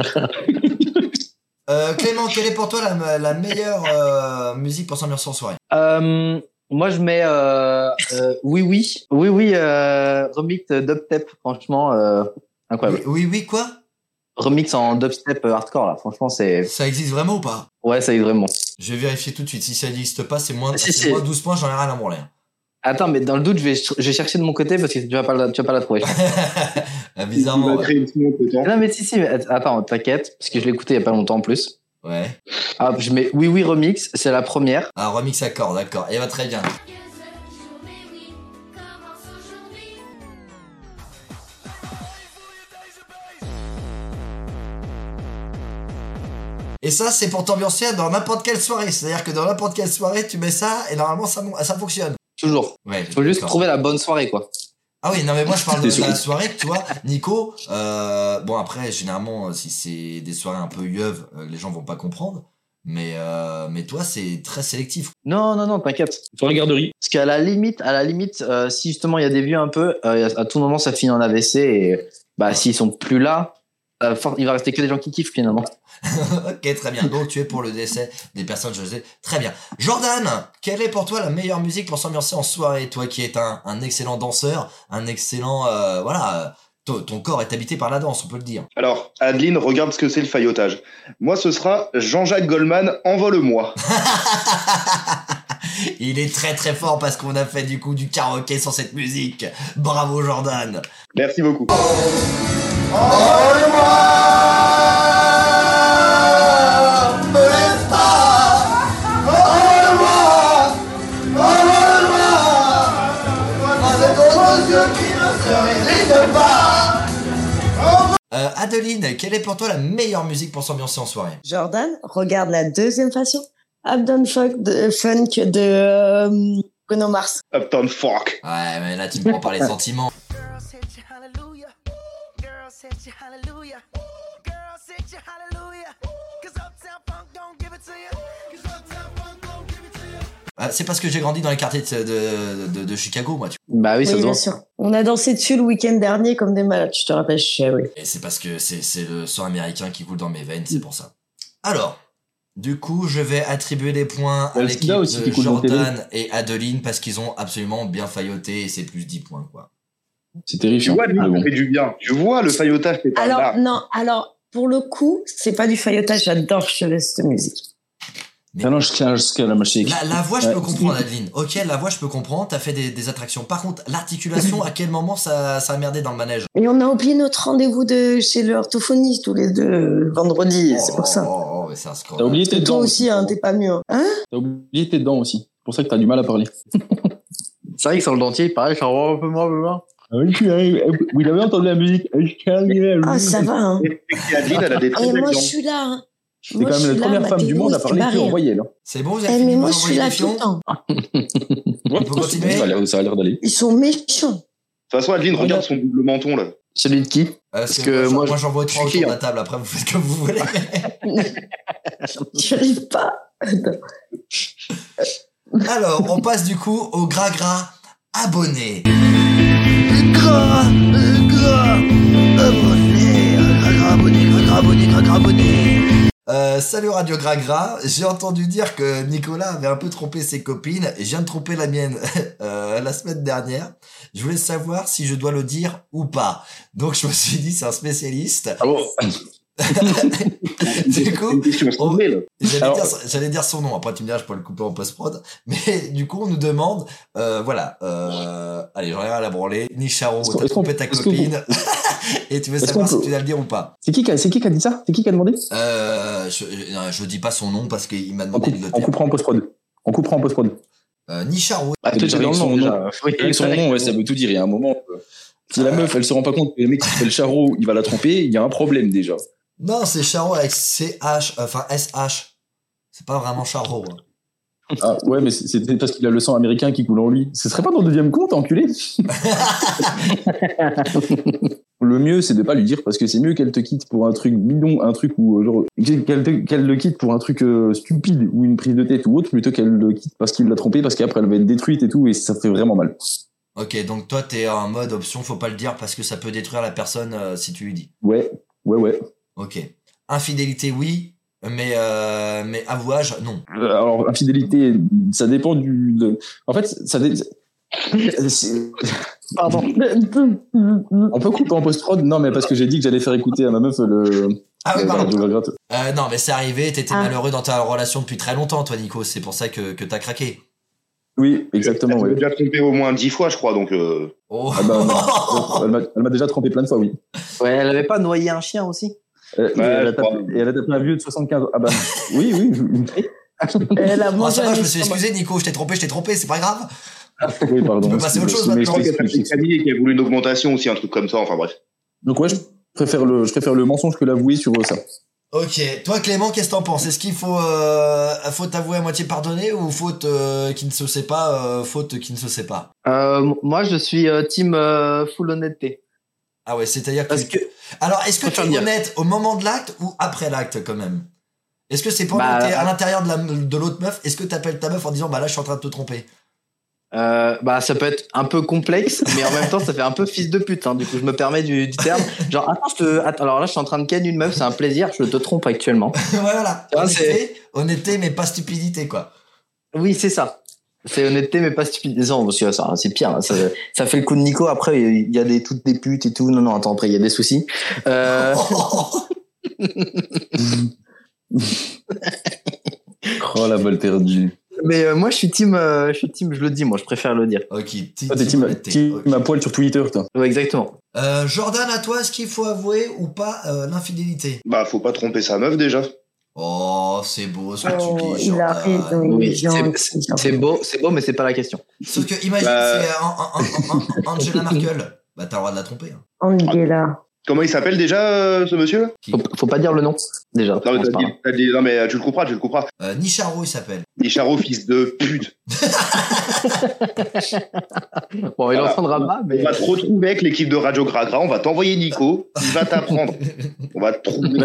Speaker 2: Euh, Clément, quelle est pour toi la, la meilleure euh, musique pour s'ambiancer en soirée
Speaker 4: Euh, moi, je mets euh, euh, oui, oui, oui, oui, euh, remix euh, dubstep, franchement, euh, incroyable.
Speaker 2: oui, oui, oui, quoi
Speaker 4: Remix en dubstep euh, hardcore, là, franchement, c'est
Speaker 2: Ça existe vraiment ou pas
Speaker 4: ouais, ça y est vraiment.
Speaker 2: Je vais vérifier tout de suite. Si ça n'existe pas, c'est moins,
Speaker 4: Si,
Speaker 2: c'est
Speaker 4: si.
Speaker 2: moins 12 points, j'en ai rien à branler. hein.
Speaker 4: Attends, mais dans le doute, je vais, je vais chercher de mon côté parce que tu vas pas, la- tu vas pas la trouver. je pense.
Speaker 2: Ah, Bizarrement,
Speaker 5: Il va
Speaker 2: ouais.
Speaker 5: créer une petite montre, autant.
Speaker 4: non, mais si, si, mais att- attends, t'inquiète, parce que je l'ai écouté il y a pas longtemps en plus.
Speaker 2: ouais.
Speaker 4: Ah, je mets oui, oui, remix, c'est la première.
Speaker 2: Ah, remix accord, d'accord. Et va très bien. Et ça, c'est pour t'ambiancer dans n'importe quelle soirée. C'est-à-dire que dans n'importe quelle soirée, tu mets ça et normalement, ça, mon- ça fonctionne.
Speaker 4: Toujours.
Speaker 2: Ouais,
Speaker 4: Faut juste
Speaker 2: d'accord.
Speaker 4: trouver la bonne soirée, quoi.
Speaker 2: Ah oui, non, mais moi je parle de,
Speaker 6: T'es
Speaker 2: la soirée, tu vois. Nico, euh, bon, après, généralement, euh, si c'est des soirées un peu yeuves, euh, les gens vont pas comprendre. Mais, euh, mais toi, c'est très sélectif.
Speaker 4: Non, non, non, t'inquiète.
Speaker 6: Soirée garderie.
Speaker 4: Parce qu'à la limite, à la limite, euh, si justement il y a des vieux un peu, euh, à tout moment ça finit en AVC et bah s'ils sont plus là, euh, for- il va rester que des gens qui kiffent finalement.
Speaker 2: ok, très bien. Donc, tu es pour le décès des personnes, je sais. Très bien. Jordan, quelle est pour toi la meilleure musique pour s'ambiancer en soirée Toi qui es un, un excellent danseur, un excellent. euh, voilà. euh, ton- ton corps est habité par la danse, on peut le dire.
Speaker 5: Alors, Adeline, regarde ce que c'est le faillotage. Moi, ce sera Jean-Jacques Goldman, envole-moi.
Speaker 2: Il est très très fort parce qu'on a fait du coup du karaoké sur cette musique. Bravo, Jordan.
Speaker 5: Merci beaucoup.
Speaker 2: Euh, Adeline, quelle est pour toi la meilleure musique pour s'ambiancer en soirée
Speaker 3: Jordan, regarde la deuxième version. Abdon Funk de, funk de euh, Bruno Mars.
Speaker 5: Uptown Fork.
Speaker 2: Ouais, mais là tu me prends par les sentiments.
Speaker 8: Girl said you hallelujah. Girl said you hallelujah. Girl said you hallelujah. Cause Uptown Funk don't give it to you. Cause Uptown Funk don't give it to you.
Speaker 2: Ah, c'est parce que j'ai grandi dans les quartiers de, de, de- de Chicago, moi. Tu
Speaker 4: Bah oui, ça
Speaker 3: oui,
Speaker 4: se
Speaker 3: bien
Speaker 4: voit.
Speaker 3: sûr. On a dansé dessus le week-end dernier comme des malades. Je te rappelle, chérie.
Speaker 2: vois. Et c'est parce que c'est c'est le sang américain qui coule dans mes veines,
Speaker 6: Mm.
Speaker 2: c'est pour ça. Alors, du coup, je vais attribuer les points à
Speaker 6: Bah, Le
Speaker 2: l'équipe
Speaker 6: sida aussi
Speaker 2: de
Speaker 6: qui coule dans tes
Speaker 2: Jordan et Adeline parce qu'ils ont absolument bien failloté et c'est plus 10 points, quoi.
Speaker 6: C'est
Speaker 5: Tu
Speaker 6: terrifiant.
Speaker 5: vois, Adeline,
Speaker 9: Ah
Speaker 6: Mais bon.
Speaker 5: ça fait du bien. Tu vois, le faillotage, c'est pas
Speaker 3: Alors,
Speaker 5: là.
Speaker 3: non, alors, pour le coup, c'est pas du faillotage. J'adore, je te laisse cette musique.
Speaker 6: Ah non, je tiens jusqu'à la machine.
Speaker 2: La, la voix, je
Speaker 6: Ouais.
Speaker 2: peux comprendre, Adeline. Ok, la voix, je peux comprendre. T'as fait des, des attractions. Par contre, l'articulation, à quel moment ça, ça a merdé dans le manège
Speaker 3: Et on a oublié notre rendez-vous de chez l'orthophoniste tous les deux vendredi.
Speaker 2: Oh,
Speaker 3: c'est pour ça.
Speaker 2: Oh, oh, oh, mais c'est un scandale.
Speaker 6: T'as oublié tes
Speaker 3: Et toi
Speaker 6: dents.
Speaker 3: aussi, hein, t'es pas mieux. hein. Hein
Speaker 6: T'as oublié tes dents aussi. C'est pour ça que t'as du mal à parler.
Speaker 4: C'est vrai que sur le dentier, pareil, oh, je suis un peu moins, un peu moins.
Speaker 6: Ah Vous l'avez entendu la musique
Speaker 3: ah, ça va. Hein.
Speaker 5: Et Adeline, elle a des très
Speaker 3: Et
Speaker 5: belles
Speaker 3: moi,
Speaker 5: dents.
Speaker 3: je suis là. hein.
Speaker 6: C'est quand
Speaker 3: Moi, je suis
Speaker 6: même la
Speaker 3: là,
Speaker 6: première
Speaker 3: ma
Speaker 6: femme du monde à
Speaker 3: pédouse,
Speaker 6: parler
Speaker 3: c'est
Speaker 6: plus
Speaker 3: barré.
Speaker 6: envoyée là.
Speaker 2: C'est bon, vous avez
Speaker 3: Eh,
Speaker 2: fini
Speaker 3: mais
Speaker 2: de
Speaker 3: moi,
Speaker 2: vous
Speaker 3: je suis
Speaker 2: envoyer
Speaker 3: là
Speaker 2: des
Speaker 3: tout
Speaker 2: fions
Speaker 3: le temps.
Speaker 2: On peut continuer Euh,
Speaker 6: Ça a l'air- ça a l'air d'aller.
Speaker 3: Ils sont méchants.
Speaker 5: De toute façon, Adeline, regarde son double menton, là.
Speaker 4: Celui de qui
Speaker 2: Euh,
Speaker 4: Parce
Speaker 2: c'est-
Speaker 4: que
Speaker 2: moi,
Speaker 4: moi,
Speaker 2: j'en- moi, j'en vois
Speaker 4: je
Speaker 2: trois
Speaker 4: suis
Speaker 2: autour de
Speaker 4: client.
Speaker 2: la table. Après, vous faites comme vous voulez.
Speaker 3: J'y arrive pas. Attends.
Speaker 2: Alors, on passe du coup au gras gras abonné.
Speaker 7: Gras, gras, abonné, gras, abonné, gras, abonné, gras, abonné.
Speaker 2: Euh, salut Radio Gras gras. J'ai entendu dire que Nicolas avait un peu trompé ses copines. et Je viens de tromper la mienne euh, la semaine dernière. Je voulais savoir si je dois le dire ou pas. Donc, je me suis dit, c'est un spécialiste.
Speaker 6: Ah bon
Speaker 2: Du coup,
Speaker 5: une question
Speaker 9: Oh,
Speaker 2: on-
Speaker 5: ciblée, là.
Speaker 2: J'allais,
Speaker 6: Alors-
Speaker 2: dire, j'allais dire son nom, après tu me diras, je peux le couper en post-prod. Mais du coup, on nous demande, euh, voilà, euh, allez, j'en ai rien à la branler. Ni Charo,
Speaker 6: Est-ce qu'on-
Speaker 2: t'as
Speaker 6: est-ce qu'on-
Speaker 2: trompé ta
Speaker 6: est-ce qu'on-
Speaker 2: copine. et tu veux
Speaker 6: est-ce
Speaker 2: savoir
Speaker 6: qu'on
Speaker 2: si
Speaker 6: peut-
Speaker 2: tu dois le dire ou pas.
Speaker 6: C'est qui qui a c'est qui qui a dit ça C'est qui qui a demandé
Speaker 2: Euh, je, je, je dis pas son nom parce qu'il m'a
Speaker 6: On
Speaker 2: demandé de
Speaker 6: coupe-
Speaker 2: le
Speaker 6: on
Speaker 2: dire.
Speaker 6: coupera en post-prod. On coupera en post-prod.
Speaker 2: Euh, ni Charo.
Speaker 4: Ah,
Speaker 6: Avec
Speaker 4: peut-être
Speaker 6: son
Speaker 4: dans le nom,
Speaker 6: nom.
Speaker 4: déjà. Oui,
Speaker 6: Avec son
Speaker 4: c'est
Speaker 6: nom, ouais, Ah.
Speaker 4: vrai.
Speaker 6: ça veut tout dire. Il y a un moment. euh, Si la meuf, elle se rend pas compte que le mec qui fait le charreau, il va la tromper, il y a un problème déjà.
Speaker 2: Non, c'est Charo avec CH, euh, enfin SH. C'est pas vraiment Charo. hein.
Speaker 9: Ah, ouais, mais c'est- c'est peut-être parce qu'il a le sang américain qui coule en lui. Ce serait pas dans le deuxième compte, enculé Le mieux, c'est de pas lui dire parce que c'est mieux qu'elle te quitte pour un truc bidon, un truc ou genre qu'elle te- qu'elle le quitte pour un truc euh, stupide ou une prise de tête ou autre plutôt qu'elle le quitte parce qu'il l'a trompé parce qu'après elle va être détruite et tout et ça fait vraiment mal.
Speaker 2: Ok, donc toi, t'es en mode option, faut pas le dire parce que ça peut détruire la personne euh, si tu lui dis.
Speaker 9: Ouais, ouais, ouais.
Speaker 2: Ok. Infidélité, oui, mais, euh, mais avouage, non.
Speaker 9: Euh, Alors infidélité, ça dépend du. de- En fait, ça. dé- c'est- Pardon. On peut couper en post-prod Non, mais parce que j'ai dit que j'allais faire écouter à ma meuf le.
Speaker 2: Ah oui,
Speaker 9: le
Speaker 2: pardon.
Speaker 9: Radio Gratte.
Speaker 2: Euh, non, mais c'est arrivé, t'étais
Speaker 3: Ah.
Speaker 2: malheureux dans ta relation depuis très longtemps, toi, Nico. C'est pour ça que, que t'as craqué.
Speaker 9: Oui, exactement.
Speaker 5: Elle
Speaker 9: ouais.
Speaker 5: m'a déjà trompé au moins dix fois, je crois, donc euh,
Speaker 2: Oh.
Speaker 9: Ah bah, elle m'a- elle m'a- elle m'a déjà trompé plein de fois, oui.
Speaker 4: Ouais, elle avait pas noyé un chien aussi.
Speaker 9: Euh, et
Speaker 5: Ouais,
Speaker 9: elle,
Speaker 5: je
Speaker 9: a tapé,
Speaker 5: crois.
Speaker 9: et elle a tapé un vieux de 75 ans. Ah bah, oui, oui. je-
Speaker 3: Elle a
Speaker 2: Ah,
Speaker 3: mangé
Speaker 2: ça va,
Speaker 3: un
Speaker 2: je me suis
Speaker 3: escroc.
Speaker 2: excusé, Nico, je t'ai trompé, je t'ai trompé, c'est pas grave.
Speaker 9: oui, pardon.
Speaker 2: Tu peux passer à autre chose
Speaker 9: Mais
Speaker 5: je
Speaker 9: je
Speaker 5: crois qu'elle a fait
Speaker 9: t'explique, je t'explique.
Speaker 5: famille et qu'elle voulait une augmentation aussi, un truc comme ça, enfin bref.
Speaker 9: Donc, ouais, je préfère le, je préfère le mensonge que l'avouer sur euh, ça.
Speaker 2: Ok, toi, Clément, qu'est-ce que t'en penses Est-ce qu'il faut, euh, faut t'avouer à moitié pardonner ou faute euh, qui ne se sait pas, euh, faute qui ne se sait pas
Speaker 4: Euh, moi, je suis euh, team euh, full honnêteté.
Speaker 2: Ah ouais, c'est-à-dire que.
Speaker 4: Parce que
Speaker 2: Alors, est-ce que
Speaker 4: Faut
Speaker 2: tu
Speaker 4: faire
Speaker 2: es
Speaker 4: dire.
Speaker 2: honnête au moment de l'acte ou après l'acte quand même Est-ce que c'est pendant
Speaker 4: Bah,
Speaker 2: que t'es à l'intérieur de la- de l'autre meuf Est-ce que t'appelles ta meuf en disant bah là je suis en train de te tromper
Speaker 4: euh, bah, ça peut être un peu complexe, mais en même temps, ça fait un peu fils de pute. hein. Du coup, je me permets du, du terme. Genre, attends, je te... attends, alors là, je suis en train de ken une meuf, c'est un plaisir, je te trompe actuellement.
Speaker 2: Ouais, voilà,
Speaker 4: Ah,
Speaker 2: honnêteté, honnêteté mais pas stupidité quoi.
Speaker 4: Oui, c'est ça. C'est honnêteté, mais pas stupide. Non, parce que ça, c'est pire. hein. Ça, ça fait le coup de Nico. Après, il y a des toutes des putes et tout. Non, non, attends, après, il y a des soucis. Euh,
Speaker 9: Oh la balle perdue.
Speaker 4: mais euh, moi, je suis team, euh, je suis team, je le dis, moi, je préfère le dire.
Speaker 2: ok, ti-
Speaker 9: Toi, t'es
Speaker 2: ti-
Speaker 9: team,
Speaker 2: honnêteté,
Speaker 9: team
Speaker 2: ok.
Speaker 9: à poil sur Twitter, toi.
Speaker 4: Ouais, exactement.
Speaker 2: Euh, Jordan, à toi, est-ce qu'il faut avouer ou pas euh, l'infidélité
Speaker 5: Bah, faut pas tromper sa meuf déjà.
Speaker 2: Oh, c'est beau ce que
Speaker 3: Oh,
Speaker 2: tu dis,
Speaker 3: il a
Speaker 2: Jordan.
Speaker 3: raison. il est
Speaker 4: Oui,
Speaker 3: gentil,
Speaker 4: c'est- c'est c'est beau, c'est beau, mais c'est pas la question.
Speaker 2: Sauf que imagine,
Speaker 5: Bah.
Speaker 2: c'est euh, An- An- An- An- Angela Merkel. Bah t'as le droit de la tromper. hein.
Speaker 3: Angela.
Speaker 5: Comment il s'appelle déjà, euh, ce monsieur là
Speaker 4: Faut, faut pas dire le nom, déjà.
Speaker 5: non, mais
Speaker 4: commence
Speaker 5: t'as
Speaker 4: par
Speaker 5: dit-
Speaker 4: là.
Speaker 5: t'as dit- non, mais tu le couperas, tu le couperas.
Speaker 2: Euh, Nicharo, il s'appelle.
Speaker 5: Nicharo, fils de pute.
Speaker 4: Bon, il est en
Speaker 5: Voilà.
Speaker 4: train de rabat,
Speaker 5: On
Speaker 4: mais
Speaker 5: va te retrouver avec l'équipe de Radio Gragra, on va t'envoyer Nico, il va t'apprendre. On va te trouver.
Speaker 9: Mais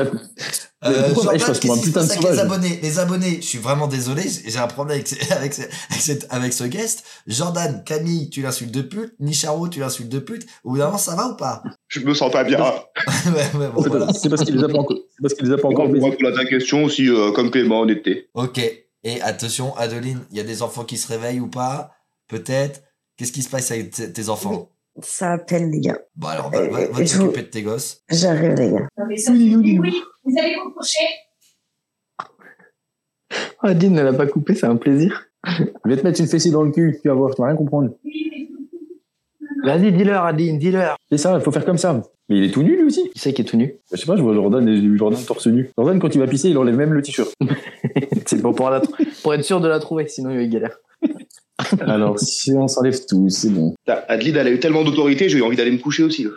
Speaker 2: Euh,
Speaker 9: pourquoi
Speaker 2: Jordan,
Speaker 9: pas, je pense
Speaker 2: qu'est-ce
Speaker 9: qu'on
Speaker 2: qui
Speaker 9: est
Speaker 2: se
Speaker 9: un
Speaker 2: passe
Speaker 9: putain
Speaker 2: avec
Speaker 9: de
Speaker 2: les
Speaker 9: sauvage.
Speaker 2: abonnés Les abonnés, je suis vraiment désolé, j'ai j'ai un problème avec, ce- avec, ce- avec, cette- avec ce guest. Jordan, Camille, tu l'insultes de pute. Nicharo, tu l'insultes de pute. Au bout d'un moment, ça va ou pas
Speaker 5: Je me sens pas bien.
Speaker 2: ouais, ouais, bon,
Speaker 9: C'est
Speaker 2: voilà.
Speaker 9: parce- C'est parce qu'il les a pas encore. C'est parce qu'il les a pas encore.
Speaker 5: Encore
Speaker 9: baisés.
Speaker 5: pour la ta question aussi, euh, comme Clément, en été.
Speaker 2: Ok. Et attention, Adeline, il y a des enfants qui se réveillent ou pas Peut-être. Qu'est-ce qui se passe avec t- tes enfants
Speaker 3: Ça appelle, les gars.
Speaker 2: Bon, alors, va, va- va
Speaker 3: Euh,
Speaker 2: t'occuper de tes gosses.
Speaker 3: J'arrive, les gars.
Speaker 10: Non, mais ça, c'est- oui, oui, vous allez vous coucher.
Speaker 4: Adine ne l'a pas coupé, c'est un plaisir.
Speaker 9: Je vais te mettre une fessée dans le cul, tu vas voir, tu vas rien comprendre.
Speaker 10: Oui, mais vous-
Speaker 4: Vas-y, dis-leur, Adine, dis-leur.
Speaker 9: C'est ça, il faut faire comme ça. Mais il est tout nu, lui aussi. Bah,
Speaker 4: Qui c'est qui est tout nu
Speaker 9: Je sais pas, je vois Jordan et j'ai vu Jordan torse nu. Jordan, quand il va pisser, il enlève même le t-shirt.
Speaker 4: C'est bon pour, la tr- pour être sûr de la trouver, sinon il galère.
Speaker 9: Alors, si on s'enlève tout, c'est bon.
Speaker 5: Putain, Adeline, elle a eu tellement d'autorité, j'ai eu envie d'aller me coucher aussi. là.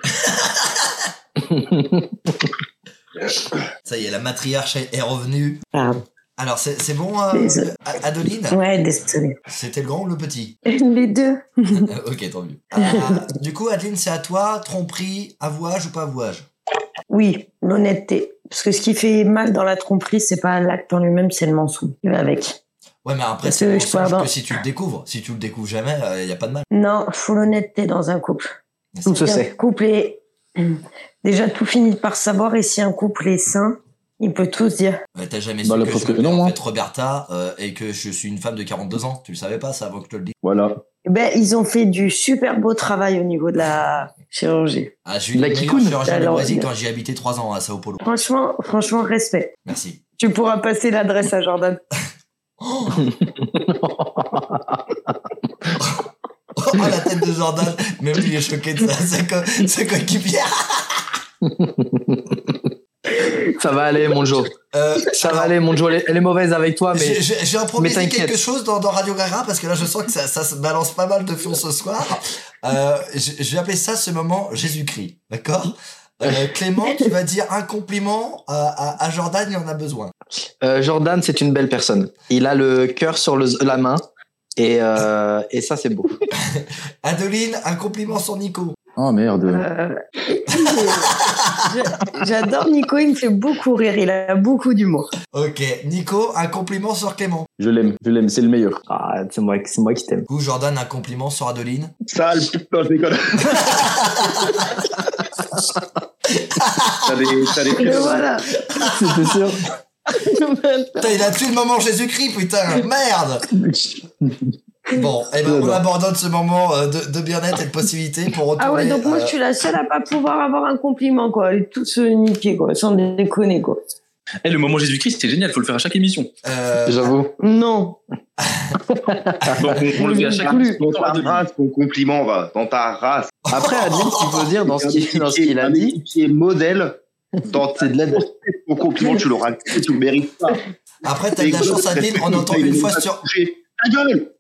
Speaker 2: Ça y est, la matriarche est est revenue.
Speaker 3: Ah,
Speaker 2: Alors, c'est c'est bon, euh,
Speaker 3: Désolé.
Speaker 2: A- Adeline
Speaker 3: ouais, désolé.
Speaker 2: C'était le grand ou le petit
Speaker 3: Les deux.
Speaker 2: Euh, Ok, tant mieux. Ah, du coup, Adeline, c'est à toi. Tromperie, avouage ou pas avouage
Speaker 3: Oui, l'honnêteté. Parce que ce qui fait mal dans la tromperie, c'est pas l'acte en lui-même, c'est le mensonge qui va avec.
Speaker 2: Ouais, mais après,
Speaker 3: Est-ce
Speaker 2: c'est
Speaker 3: que
Speaker 2: un
Speaker 3: je peux
Speaker 2: mensonge
Speaker 3: avoir-
Speaker 2: que si tu le découvres. Si tu le découvres jamais, il n'y a pas de mal.
Speaker 3: Non, faut l'honnêteté dans un couple.
Speaker 4: Tout se
Speaker 3: Si
Speaker 4: sait.
Speaker 3: un couple est déjà tout finit par savoir et si un couple est sain, il peut tout se dire.
Speaker 2: Euh, T'as jamais
Speaker 9: Bah,
Speaker 2: su
Speaker 9: la
Speaker 2: que
Speaker 9: preuve
Speaker 2: je
Speaker 9: que
Speaker 2: m'appelle
Speaker 9: non,
Speaker 2: en
Speaker 9: hein.
Speaker 2: fait Roberta euh, et que je suis une femme de 42 ans. Tu le savais pas, ça avant que je te le dise.
Speaker 9: Voilà.
Speaker 3: Eh Ben ils ont fait du super beau travail au niveau de la chirurgie.
Speaker 2: Ah, j'ai eu
Speaker 4: La
Speaker 2: la meilleure
Speaker 4: kikoune.
Speaker 2: chirurgien du
Speaker 3: Alors,
Speaker 2: Brésil
Speaker 3: euh,
Speaker 2: quand j'y habitais 3 ans à Sao Paulo.
Speaker 3: Franchement, franchement, respect.
Speaker 2: Merci.
Speaker 3: Tu pourras passer l'adresse à Jordan.
Speaker 2: Oh, Oh, la tête de Jordan, même lui il est choqué de sa, sa, co- sa coéquipière.
Speaker 4: Ça va aller, mon Joe.
Speaker 2: Euh,
Speaker 4: Ça va
Speaker 2: alors,
Speaker 4: aller, mon Joe. Elle est, elle est mauvaise avec toi, mais
Speaker 2: J'ai- J'ai j'ai improvisé
Speaker 4: mais t'inquiète.
Speaker 2: quelque chose dans, dans Radio Gaga parce que là je sens que ça, ça se balance pas mal de fion ce soir. Euh, je je vais appeler ça ce moment Jésus-Christ, d'accord Euh, Clément, tu vas dire un compliment à, à, à Jordan, il en a besoin.
Speaker 4: Euh, Jordan, c'est une belle personne. Il a le cœur sur le- la main. Et, euh, et ça, c'est beau.
Speaker 2: Adeline, un compliment sur Nico.
Speaker 6: Oh merde.
Speaker 3: Euh, je- J'adore Nico, il me fait beaucoup rire, il a beaucoup d'humour.
Speaker 2: Ok, Nico, un compliment sur Clément.
Speaker 6: Je l'aime, je l'aime, c'est le meilleur.
Speaker 4: Ah, c'est moi, c'est moi qui t'aime.
Speaker 2: Ou Jordan, un compliment sur Adeline.
Speaker 5: Sale putain, je déconne. T'as des, t'as des
Speaker 3: Et voilà.
Speaker 6: C'était sûr.
Speaker 2: Putain, il a tué le moment Jésus-Christ, putain, merde Bon, eh ben, on
Speaker 6: J'adore.
Speaker 2: abandonne ce moment euh, de, de bien-être et de possibilité pour retourner... euh,
Speaker 3: Ah ouais, donc moi je suis la seule à pas pouvoir avoir un compliment, quoi. Elle est toute se niquer, quoi, sans déconner, quoi.
Speaker 6: Eh, le moment Jésus-Christ, c'est génial, faut le faire à chaque émission.
Speaker 2: euh, euh,
Speaker 4: J'avoue.
Speaker 3: Non.
Speaker 6: Donc, on, on le fait à chaque
Speaker 3: Plus.
Speaker 6: émission.
Speaker 5: Dans ta race, ton compliment va. Dans ta race.
Speaker 4: Après, Adil, tu peux dire dans ce qu'il dans ce qu'il a
Speaker 5: Un
Speaker 4: dit.
Speaker 5: équipier modèle. Dans ta
Speaker 4: C'est de la-
Speaker 5: ton compliment, tu l'auras. Tu le mérites pas.
Speaker 2: Après, t'as eu de la chance, Adeline, on entend
Speaker 5: Ils
Speaker 2: une
Speaker 5: vont
Speaker 2: fois
Speaker 5: pas
Speaker 2: sur...
Speaker 5: se coucher. Ta gueule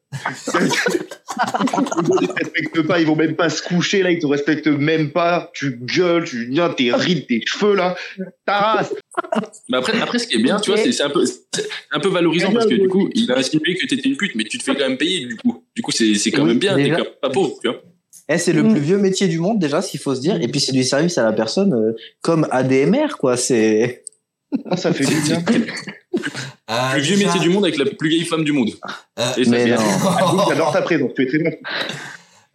Speaker 5: Ils te respectent pas, ils vont même pas se coucher là, ils te respectent même pas. Tu gueules, tu viens, tes rides, tes cheveux là, ta race.
Speaker 6: Mais après, après, ce qui est bien, tu vois, c'est- c'est un peu, c'est un peu valorisant parce que du coup, il a insinué que t'étais une pute, mais tu te fais quand même payer, du coup. Du coup, c'est, c'est quand
Speaker 4: Oui,
Speaker 6: même bien, t'es
Speaker 4: déjà.
Speaker 6: quand même pas pauvre, tu vois.
Speaker 4: Eh, c'est le
Speaker 3: Mm.
Speaker 4: plus vieux métier du monde, déjà, s'il faut se dire. Et puis, c'est du service à la personne, euh, comme ADMR, quoi. C'est.
Speaker 5: Ah, ça fait du bien.
Speaker 2: Euh,
Speaker 6: Le vieux
Speaker 2: déjà-
Speaker 6: métier du monde avec la plus vieille femme du monde.
Speaker 2: Euh,
Speaker 6: Et ça
Speaker 4: mais
Speaker 6: fait-
Speaker 4: non.
Speaker 5: Adeline, J'adore ta présence, tu es très bien.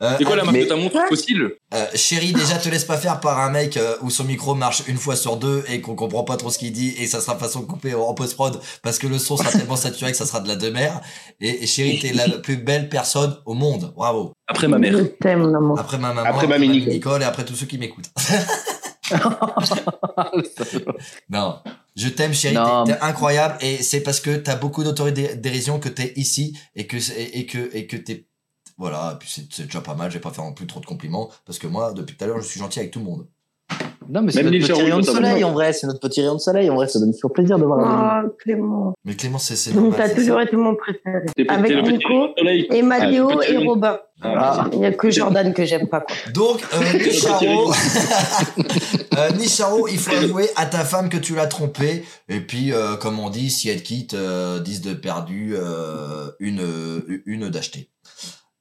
Speaker 2: Euh,
Speaker 6: C'est quoi la marque
Speaker 4: Mais-
Speaker 6: de ta montre fossile
Speaker 2: Euh, chérie, déjà te laisse pas faire par un mec euh, où son micro marche une fois sur deux et qu'on comprend pas trop ce qu'il dit et ça sera façon coupée en post prod parce que le son sera tellement saturé que ça sera de la demeure. Et, et chérie, t'es la plus belle personne au monde. Bravo.
Speaker 6: Après ma mère.
Speaker 3: Je t'aime, maman.
Speaker 2: Après ma maman,
Speaker 5: Après mamie Nicole.
Speaker 2: et après tous ceux qui m'écoutent. non. Je t'aime, chérie.
Speaker 4: Non.
Speaker 2: T'es t'es incroyable et c'est parce que t'as beaucoup d'autodérision que t'es ici et que c'est- et que et que t'es voilà. et puis c'est c'est déjà pas mal. J'ai pas fait non plus trop de compliments parce que moi, depuis tout à l'heure, je suis gentil avec tout le monde.
Speaker 4: Non, mais c'est
Speaker 6: Même
Speaker 4: notre
Speaker 6: Lille
Speaker 4: petit
Speaker 6: Charouille,
Speaker 4: rayon de
Speaker 6: notamment.
Speaker 4: soleil, en vrai. C'est notre petit rayon de soleil, en vrai. Ça donne toujours plaisir de voir Adil.
Speaker 3: Oh, Clément.
Speaker 2: Mais Clément, c'est c'est
Speaker 3: Donc
Speaker 2: normal,
Speaker 3: t'as
Speaker 2: c'est
Speaker 3: toujours été mon préféré.
Speaker 6: T'es pe-
Speaker 3: Avec
Speaker 6: t'es le petit
Speaker 3: Nico.
Speaker 6: soleil.
Speaker 3: Et Maléo et Robin.
Speaker 4: Ah.
Speaker 3: Il n'y a que Jordan que j'aime pas, quoi.
Speaker 2: ça. Donc, euh, Nisharo, euh, Nisharo, il faut avouer à ta femme que tu l'as trompée. Et puis, euh, comme on dit, si elle te quitte, euh, 10 de perdu, euh, une, euh, une d'acheté.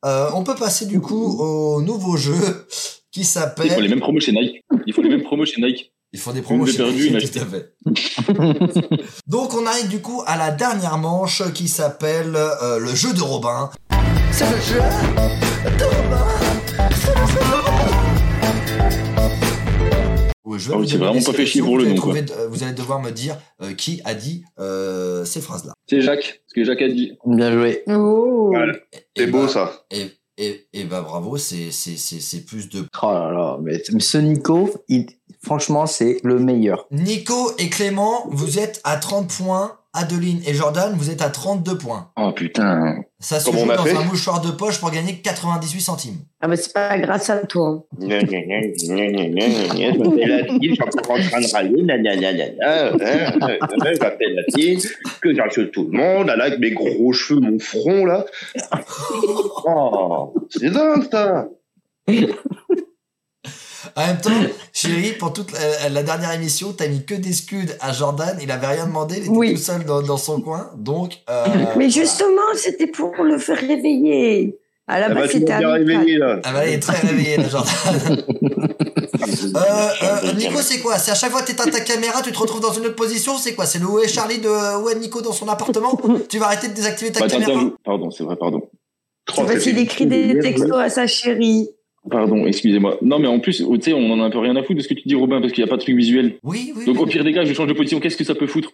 Speaker 2: Euh, on peut passer du coup au nouveau jeu qui
Speaker 6: Il faut les
Speaker 2: s'appelle.
Speaker 6: mêmes promos chez Nike. Il faut les mêmes promos chez Nike.
Speaker 2: Ils font des promos
Speaker 6: Une de
Speaker 2: chez
Speaker 6: perdu,
Speaker 2: Nike,
Speaker 6: une
Speaker 2: tout à fait. Donc, on arrive du coup à la dernière manche qui s'appelle euh, le jeu de Robin.
Speaker 7: C'est le jeu de Robin. C'est le jeu de Robin.
Speaker 2: Ouais, je vais
Speaker 6: Ah oui,
Speaker 2: vous
Speaker 6: c'est
Speaker 2: donner
Speaker 6: vraiment
Speaker 2: des
Speaker 6: pas fait chier
Speaker 2: suggestions.
Speaker 6: pour le
Speaker 2: Vous allez
Speaker 6: nom, quoi.
Speaker 2: trouver de- euh, vous allez devoir me dire euh, qui a dit euh, ces phrases-là.
Speaker 6: C'est Jacques, ce que Jacques a dit.
Speaker 4: Bien joué.
Speaker 3: Oh.
Speaker 5: Voilà.
Speaker 2: Et
Speaker 5: C'est beau
Speaker 2: bah,
Speaker 5: ça.
Speaker 2: Et, et, et bah bravo, c'est c'est- c'est- c'est plus de...
Speaker 4: Oh là là. Mais mais ce Nico, il- franchement, c'est le meilleur.
Speaker 2: Nico et Clément, vous êtes à 30 points. Adeline et Jordan, vous êtes à 32 points.
Speaker 6: Oh putain.
Speaker 2: Ça se
Speaker 5: Comment
Speaker 2: joue
Speaker 5: on a
Speaker 2: dans
Speaker 5: fait
Speaker 2: un mouchoir de poche pour gagner 98 centimes.
Speaker 3: Ah bah c'est pas grâce à toi. hein.
Speaker 5: Je m'appelle Attile, je suis encore en train de râler, nananana, hein, hein, je m'appelle Attile, que j'insulte tout le monde, là, là, avec mes gros cheveux, mon front, là. Oh, c'est dingue, ça
Speaker 2: En même temps, chérie, pour toute la, la dernière émission, t'as mis que des scuds à Jordan. Il avait rien demandé, il était
Speaker 3: Oui.
Speaker 2: tout seul dans, dans son coin. Donc... euh,
Speaker 3: Mais
Speaker 2: voilà.
Speaker 3: justement, c'était pour le faire réveiller. À la
Speaker 5: Ça va
Speaker 3: base,
Speaker 5: tout
Speaker 3: c'était
Speaker 5: ben, bien
Speaker 3: un
Speaker 5: réveiller, là.
Speaker 2: Ah bah elle est très réveillée la Jordan. euh, euh, Nico c'est quoi C'est à chaque fois que t'éteins ta caméra, tu te retrouves dans une autre position C'est quoi C'est le où est Charlie de euh, où est Nico dans son appartement Tu vas arrêter de désactiver ta
Speaker 6: Bah, attends,
Speaker 2: caméra
Speaker 6: attends, je- Pardon, c'est vrai, pardon.
Speaker 3: C'est parce qu'il écrit des textos à sa chérie.
Speaker 6: Pardon, excusez-moi. Non, mais en plus, oh, tu sais, on en a un peu rien à foutre de ce que tu dis, Robin, parce qu'il n'y a pas de truc visuel.
Speaker 2: Oui, oui.
Speaker 6: Donc, au
Speaker 2: oui.
Speaker 6: pire des cas, je change de position. Qu'est-ce que ça peut foutre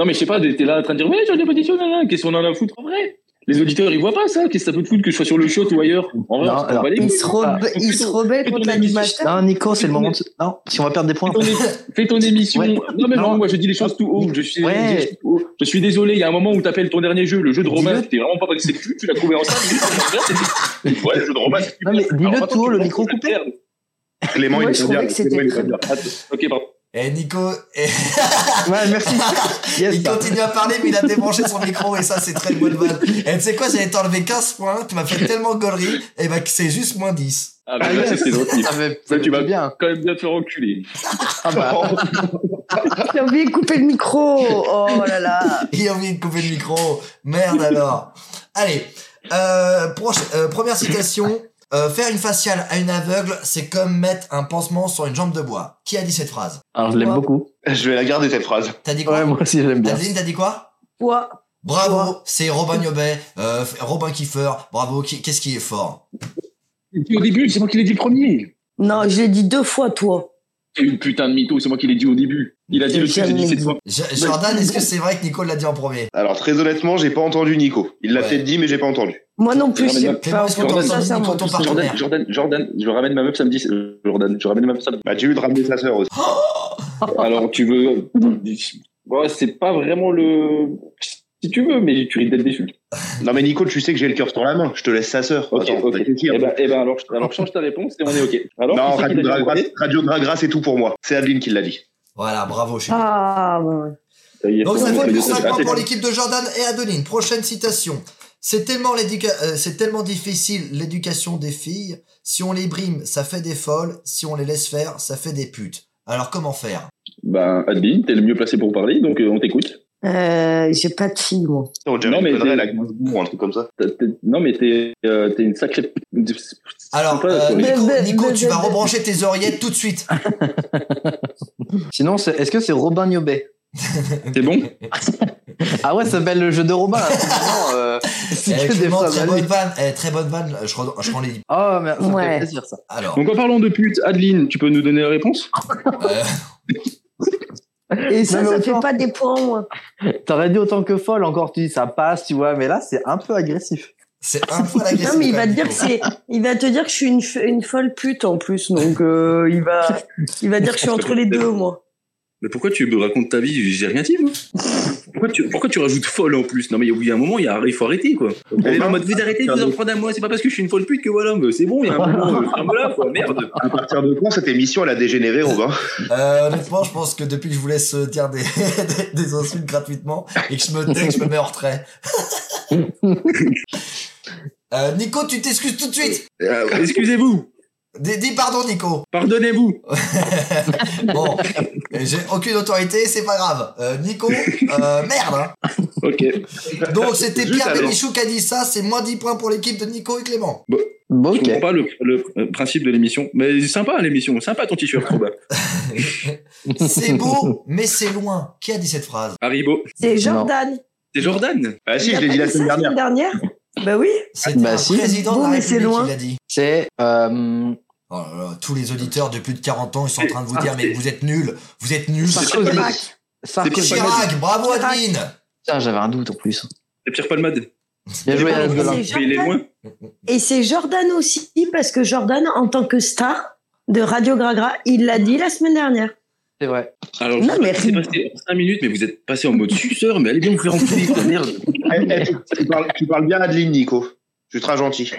Speaker 6: Non, mais je sais pas, t'es là en train de dire, ouais, j'ai des positions, là, là. Qu'est-ce qu'on en a à foutre en vrai Les auditeurs, ils voient pas ça. Qu'est-ce que ça peut te foutre que je sois sur le shot ou ailleurs En vrai,
Speaker 4: Non,
Speaker 6: on s'en bat
Speaker 4: alors,
Speaker 6: les
Speaker 3: Il
Speaker 6: couilles.
Speaker 3: se, rebe-
Speaker 6: Ah,
Speaker 3: il se rebelle
Speaker 6: plutôt
Speaker 3: contre
Speaker 6: la
Speaker 3: l'animateur.
Speaker 4: Non, Nico, c'est le moment de. Non, si on va perdre des points.
Speaker 6: Fais ton é- Fais ton émission.
Speaker 4: Ouais.
Speaker 6: Non, mais
Speaker 4: Non.
Speaker 6: vraiment, moi, je dis les choses tout haut. Je suis,
Speaker 4: Ouais.
Speaker 6: je suis tout haut. Je suis désolé. Il y a un moment où t'appelles ton dernier jeu, le jeu de
Speaker 4: Dis-le.
Speaker 6: Romain. C'était vraiment pas parce que c'est cul, tu l'as trouvé en salle. mais c'est- c'est- Ouais, le jeu de Romain. c'est
Speaker 4: Non, mais
Speaker 6: super.
Speaker 4: dis-le
Speaker 6: Alors,
Speaker 4: tout haut,
Speaker 6: attends,
Speaker 4: le
Speaker 6: tu
Speaker 4: micro
Speaker 6: penses
Speaker 4: coupé.
Speaker 6: que
Speaker 5: Clément,
Speaker 3: Moi,
Speaker 5: il est
Speaker 3: je
Speaker 5: pas
Speaker 3: trouvais
Speaker 5: bien.
Speaker 3: que c'était
Speaker 5: Clément, il est
Speaker 3: très
Speaker 5: pas bien.
Speaker 6: c'est merde. Ok, pardon.
Speaker 2: Et Eh, Nico, et-
Speaker 4: Ouais, merci. Yes,
Speaker 2: il
Speaker 4: ça.
Speaker 2: continue à parler mais il a débranché son micro et ça c'est très bonne vanne. Et tu sais quoi, j'allais t'enlever 15 points, tu m'as fait tellement gaulerie, et bah que c'est juste moins 10.
Speaker 6: Ah, bah, là, c'était drôle.
Speaker 4: Ah, mais
Speaker 6: Là, tu
Speaker 4: c'est
Speaker 6: vas Oh.
Speaker 4: bien.
Speaker 6: quand même bien te faire enculer.
Speaker 4: Ah, bah.
Speaker 3: J'ai oublié de couper le micro. Oh là là.
Speaker 2: Il a oublié de couper le micro. Merde alors. Allez, euh, proche- euh, première citation. Euh, faire une faciale à une aveugle, c'est comme mettre un pansement sur une jambe de bois. Qui a dit cette phrase
Speaker 4: Alors, je l'aime
Speaker 3: Moi.
Speaker 4: beaucoup.
Speaker 5: Je vais la garder cette phrase.
Speaker 2: T'as dit quoi
Speaker 4: Ouais, moi aussi, je l'aime bien.
Speaker 2: Adeline, t'as dit quoi
Speaker 3: Quoi
Speaker 2: Bravo, c'est Robin Yobet, euh, f- Robin Kiefer. Bravo, qui- qu'est-ce qui est fort
Speaker 6: Au début, c'est moi qui l'ai dit le premier.
Speaker 3: Non, je l'ai dit deux fois, toi.
Speaker 6: Une putain de mytho, c'est moi qui l'ai dit au début. Il a dit le truc, j'ai dit cette fois.
Speaker 2: J- Jordan, est-ce que c'est vrai que Nicole l'a dit en premier
Speaker 5: Alors, très honnêtement, j'ai pas entendu Nico. Il l'a
Speaker 2: Ouais.
Speaker 5: peut-être dit, mais j'ai pas entendu.
Speaker 3: Moi non plus.
Speaker 6: Non, mais
Speaker 3: j'ai
Speaker 6: non,
Speaker 3: pas
Speaker 2: est-ce que
Speaker 3: entendu
Speaker 2: t'as
Speaker 3: ça, ça
Speaker 2: entendu
Speaker 3: moi.
Speaker 2: quand on parle
Speaker 6: Jordan, Jordan, Jordan, je ramène ma meuf samedi. euh, Jordan, je ramène ma meuf samedi.
Speaker 5: Bah, tu veux ramener sa sœur aussi.
Speaker 6: Alors, tu veux. Ouais, c'est pas vraiment le. Si tu veux, mais tu risques d'être déçu.
Speaker 5: Non, mais Nico, tu sais que j'ai le cœur sur la main. Je te laisse sa sœur.
Speaker 6: Ok,
Speaker 5: Attends,
Speaker 6: ok.
Speaker 5: t'as qui, hein
Speaker 6: Eh ben, eh ben alors, alors change ta réponse et on est ok. Alors,
Speaker 5: non,
Speaker 6: qui c'est
Speaker 5: Radio
Speaker 6: qui l'a dit en
Speaker 5: Gragra,
Speaker 6: premier
Speaker 5: Radio Gragra, c'est tout pour moi. C'est Adeline qui l'a dit.
Speaker 2: Voilà, bravo, je suis.
Speaker 3: Ah, ouais.
Speaker 6: Ça
Speaker 3: Ah.
Speaker 6: y est,
Speaker 2: Donc
Speaker 6: c'est
Speaker 2: ça fait
Speaker 6: bon, Ah, c'est
Speaker 2: plus
Speaker 6: bon,
Speaker 2: 5
Speaker 6: c'est bon.
Speaker 2: points pour l'équipe de Jordan et Adeline. Prochaine citation. C'est tellement, l'éduca- euh, c'est tellement difficile l'éducation des filles. Si on les brime, ça fait des folles. Si on les laisse faire, ça fait des putes. Alors comment faire
Speaker 6: Ben, Adeline, t'es le mieux placé pour parler, donc euh, on t'écoute.
Speaker 3: Euh, j'ai pas de fille, moi.
Speaker 5: On dirait
Speaker 6: Non,
Speaker 5: une
Speaker 6: mais
Speaker 5: connerie,
Speaker 6: c'est-
Speaker 5: la Gainsbourg, un truc comme ça.
Speaker 6: T'as- t'es- Non, mais t'es euh, t'es une sacrée.
Speaker 2: Alors,
Speaker 6: C'est pas- Ah,
Speaker 2: euh,
Speaker 6: Mais-
Speaker 2: Nico,
Speaker 3: mais-
Speaker 2: Nico,
Speaker 3: mais-
Speaker 2: tu vas
Speaker 3: mais-
Speaker 2: rebrancher tes oreillettes tout de suite.
Speaker 4: Sinon, c'est- est-ce que c'est Robin Niobet
Speaker 6: T'es bon
Speaker 4: Ah ouais, ça s'appelle le jeu de Robin. là. Vraiment, euh,
Speaker 2: Eh,
Speaker 4: c'est que des
Speaker 2: Clément,
Speaker 4: phrases
Speaker 2: très
Speaker 4: à
Speaker 2: bonne
Speaker 4: lui.
Speaker 2: vanne. Eh, très bonne vanne. Je, re- je rends les libres.
Speaker 4: Oh, merde, ça me
Speaker 3: Ouais.
Speaker 4: fait plaisir, ça.
Speaker 2: Alors,
Speaker 6: Donc en parlant de pute, Adeline, tu peux nous donner la réponse
Speaker 2: euh,
Speaker 3: Et ça,
Speaker 4: Non, mais
Speaker 3: ça fait
Speaker 4: autant-
Speaker 3: pas des points, moi.
Speaker 4: T'aurais dit autant que folle, encore, tu dis ça passe, tu vois, mais là, c'est un peu agressif.
Speaker 2: c'est un peu la
Speaker 3: Non, mais il va te dire que c'est, il va te dire que je suis une, f- une folle pute en plus, donc euh, il va, il va dire que je suis entre les deux, moi.
Speaker 6: Mais pourquoi tu me racontes ta vie J'ai rien dit, moi. Pourquoi tu, pourquoi tu rajoutes folle en plus Non, mais il y a un moment, il, y a, il faut arrêter, quoi. Elle est en mode, vous arrêtez de vous en prendre à moi, c'est pas parce que je suis une folle pute que voilà, mais c'est bon, il y a un moment, euh, ferme-la, quoi, merde.
Speaker 5: À partir de quand cette émission, elle a dégénéré, Robin
Speaker 2: Euh, honnêtement, je pense que depuis que je vous laisse euh, dire des, des, des insultes gratuitement et que je me tais, que je me mets en retrait. Euh, Nico, tu t'excuses tout de suite.
Speaker 5: Euh,
Speaker 6: Excusez-vous,
Speaker 2: Dis, dis pardon, Nico.
Speaker 6: pardonnez-vous.
Speaker 2: Bon, euh, j'ai aucune autorité, c'est pas grave. Euh, Nico, euh, merde. hein.
Speaker 6: Ok.
Speaker 2: Donc c'était
Speaker 5: Juste
Speaker 2: Pierre
Speaker 5: alors.
Speaker 2: Bénichou qui a dit ça. C'est moins 10 points pour l'équipe de Nico et Clément.
Speaker 4: Bon,
Speaker 6: Je
Speaker 4: ok.
Speaker 6: comprends pas le, le, euh, principe de l'émission. Mais c'est sympa l'émission, sympa ton t-shirt, Robin.
Speaker 2: C'est beau, mais c'est loin. Qui a dit cette phrase
Speaker 6: Haribo.
Speaker 3: C'est Jordan.
Speaker 6: C'est Jordan.
Speaker 5: Ah si, je
Speaker 3: Il a
Speaker 5: l'ai
Speaker 3: pas
Speaker 5: dit la
Speaker 3: ça
Speaker 5: semaine dernière.
Speaker 3: Bah oui.
Speaker 2: C'était
Speaker 4: Bah
Speaker 2: un
Speaker 4: si.
Speaker 2: président
Speaker 3: Beau,
Speaker 2: de la
Speaker 3: mais c'est
Speaker 2: République
Speaker 3: loin.
Speaker 2: qui l'a dit.
Speaker 4: C'est. euh,
Speaker 2: Oh là là, tous les auditeurs de plus de 40 ans, ils sont en train de vous dire mais vous êtes nuls, vous êtes nuls.
Speaker 4: Sarkozy. Sarkozy.
Speaker 2: Chirac, bravo
Speaker 3: Chirac.
Speaker 2: Adeline.
Speaker 4: Putain, j'avais un doute en plus.
Speaker 6: C'est Pierre Palmade.
Speaker 4: Bien
Speaker 3: Mais
Speaker 4: joué, Alain.
Speaker 3: c'est
Speaker 6: Mais il est
Speaker 3: Jordan.
Speaker 6: loin.
Speaker 3: Et c'est Jordan aussi, parce que Jordan, en tant que star de Radio Gragra, il l'a dit la semaine dernière.
Speaker 4: C'est vrai.
Speaker 6: Alors,
Speaker 3: Non, mais-
Speaker 6: c'est passé 5 minutes, mais vous êtes passé en mode suceur, mais allez bien vous faire enculer, quoi, merde.
Speaker 5: Eh, eh, tu, tu parles, tu parles bien Adeline, Nico. Tu seras gentil.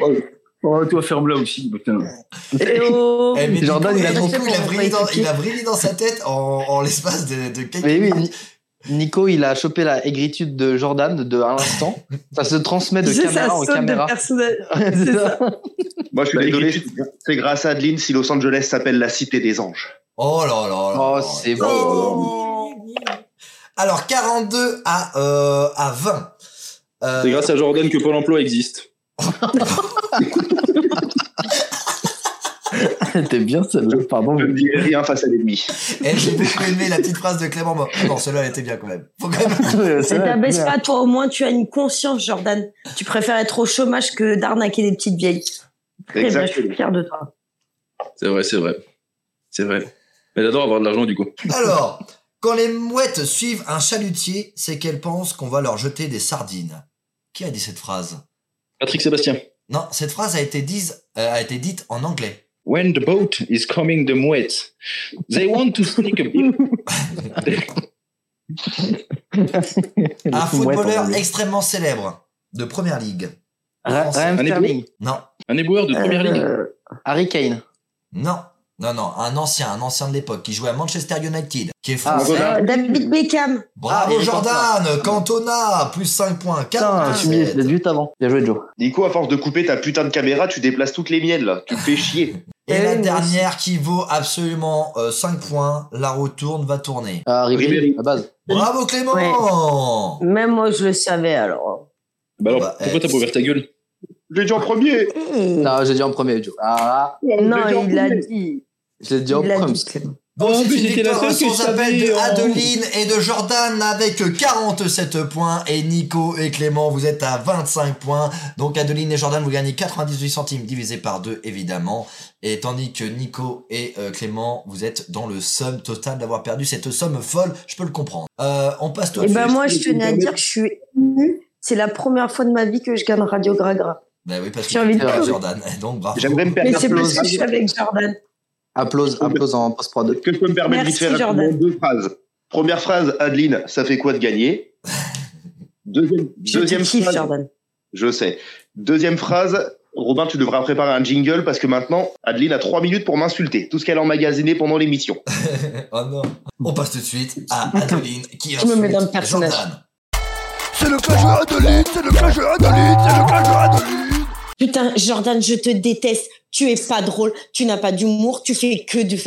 Speaker 6: Oh, toi, ferme-la aussi, putain.
Speaker 3: Et oh,
Speaker 2: Eh, mais du
Speaker 4: Jordan,
Speaker 2: coup,
Speaker 4: il a
Speaker 2: du
Speaker 4: trop
Speaker 2: coup,
Speaker 3: peur,
Speaker 2: il a
Speaker 3: on
Speaker 2: brillé
Speaker 3: va
Speaker 2: dans,
Speaker 3: écouter.
Speaker 2: il a brillé dans sa tête en, en l'espace de, de quelques
Speaker 4: Mais oui,
Speaker 2: minutes.
Speaker 4: Ni- Nico, il a chopé la aigritude de Jordan de à l'instant. Ça se transmet de
Speaker 3: c'est
Speaker 4: caméra
Speaker 3: ça,
Speaker 4: en
Speaker 3: saute
Speaker 4: caméra.
Speaker 3: de personnage.
Speaker 4: C'est
Speaker 3: c'est
Speaker 4: ça.
Speaker 5: Moi, je suis
Speaker 6: Bah,
Speaker 5: désolé.
Speaker 6: écoute,
Speaker 5: C'est grâce à Adeline si Los Angeles s'appelle la cité des anges.
Speaker 2: Oh là là. là
Speaker 4: Oh,
Speaker 2: là.
Speaker 4: c'est
Speaker 2: Oh. Alors 42 à euh, à 20. Euh,
Speaker 6: C'est grâce à Jordan que Pôle emploi existe.
Speaker 4: T'es bien celle-là, pardon.
Speaker 5: Je ne dirai rien face à l'ennemi.
Speaker 2: eh, j'ai beaucoup aimé la petite phrase de Clément. Bon, non, celle-là elle était bien quand même. Faut quand même.
Speaker 3: Ça t'abaisse Eh ben, pas, toi au moins tu as une conscience, Jordan. Tu préfères être au chômage que d'arnaquer des petites vieilles. Très bien, je suis
Speaker 5: Exactement.
Speaker 3: fière de toi.
Speaker 6: C'est vrai, c'est vrai. C'est vrai. Mais j'adore avoir de l'argent, du coup.
Speaker 2: Alors, quand les mouettes suivent un chalutier, c'est qu'elles pensent qu'on va leur jeter des sardines. Qui a dit cette phrase
Speaker 6: Patrick Sébastien.
Speaker 2: Non, cette phrase a été, dise- euh, a été dite en anglais.
Speaker 6: When the boat is coming the mouette, they want to sneak a big
Speaker 2: Un footballeur extrêmement célèbre de première ligue.
Speaker 4: Ryan
Speaker 6: Un
Speaker 4: Sterling.
Speaker 2: Non, Euh,
Speaker 3: Euh,
Speaker 6: Un éboueur de première ligne.
Speaker 4: Harry Kane.
Speaker 2: non, Non, non, un ancien, un ancien de l'époque qui jouait à Manchester United, qui est
Speaker 4: Ah,
Speaker 2: français.
Speaker 5: Cantona.
Speaker 11: Euh, David Beckham.
Speaker 4: Ah,
Speaker 2: Bravo
Speaker 4: il est
Speaker 2: Jordan, Cantona, plus 5 points,
Speaker 4: Putain, tu me disais
Speaker 2: 47.
Speaker 4: juste avant. Bien joué, Joe.
Speaker 5: Nico, à force de couper ta putain de caméra, tu déplaces toutes les miennes là. Tu me fais chier.
Speaker 2: Et
Speaker 11: Eh
Speaker 2: la
Speaker 11: oui, moi
Speaker 2: dernière qui vaut absolument 5 points, la retourne va tourner.
Speaker 4: Ah, Ribéry,
Speaker 5: Ribéry.
Speaker 4: à base.
Speaker 2: Bravo Clément
Speaker 11: Même moi, je le savais alors.
Speaker 12: Bah alors,
Speaker 2: Bah,
Speaker 12: pourquoi
Speaker 2: eh,
Speaker 12: t'as pas ouvert ta gueule
Speaker 5: Je l'ai dit en premier.
Speaker 4: Non, j'ai dit en premier, Joe. Ah,
Speaker 5: Je l'ai dit
Speaker 11: Non,
Speaker 5: en
Speaker 11: il l'a
Speaker 5: premier.
Speaker 11: dit.
Speaker 4: je l'ai dit en
Speaker 11: Il l'a
Speaker 4: premier.
Speaker 11: dit. Clément.
Speaker 2: Donc
Speaker 12: Oh,
Speaker 2: c'est
Speaker 12: mais
Speaker 2: une
Speaker 12: j'étais la
Speaker 2: victoire
Speaker 12: seule que
Speaker 2: sans
Speaker 12: je
Speaker 2: appel
Speaker 12: savais,
Speaker 2: de
Speaker 12: oh.
Speaker 2: Adeline et de Jordan avec 47 points et Nico et Clément vous êtes à 25 points. Donc Adeline et Jordan vous gagnez 98 centimes divisé par 2 évidemment et tandis que Nico et euh, Clément vous êtes dans le somme total d'avoir perdu cette somme folle, je peux le comprendre. Euh, on passe tout de
Speaker 11: Et
Speaker 2: suite.
Speaker 11: ben moi, je tenais à dire que je suis émue. C'est la première fois de ma vie que je gagne Radio Gragra.
Speaker 2: Bah oui parce que
Speaker 11: J'ai envie de
Speaker 2: tu es
Speaker 11: pleurer.
Speaker 2: Jordan donc bravo.
Speaker 5: J'aimerais me
Speaker 11: Mais
Speaker 5: permettre.
Speaker 11: c'est parce que je
Speaker 5: Est-ce
Speaker 11: suis avec Jordan.
Speaker 4: Applause, applause en post-prod.
Speaker 5: que je peux me permettre
Speaker 11: Merci,
Speaker 5: vite fait rapidement
Speaker 11: Jordan.
Speaker 5: deux phrases Première phrase, Adeline, ça fait quoi de gagner Deuxième,
Speaker 11: Je
Speaker 5: deuxième
Speaker 11: te kiffe,
Speaker 5: phrase,
Speaker 11: Jordan.
Speaker 5: je sais. Deuxième phrase, Robin, tu devras préparer un jingle parce que maintenant, Adeline a trois minutes pour m'insulter. Tout ce qu'elle a emmagasiné pendant l'émission.
Speaker 2: oh non. On passe tout de suite à Adeline qui
Speaker 11: Je me mets dans le
Speaker 2: insulte
Speaker 11: personnage.
Speaker 2: Jordan.
Speaker 13: C'est le clash à Adeline, c'est le clash à Adeline, c'est le clash à Adeline.
Speaker 3: Putain, Jordan, je te déteste. Tu es pas drôle. Tu n'as pas d'humour. Tu fais que de,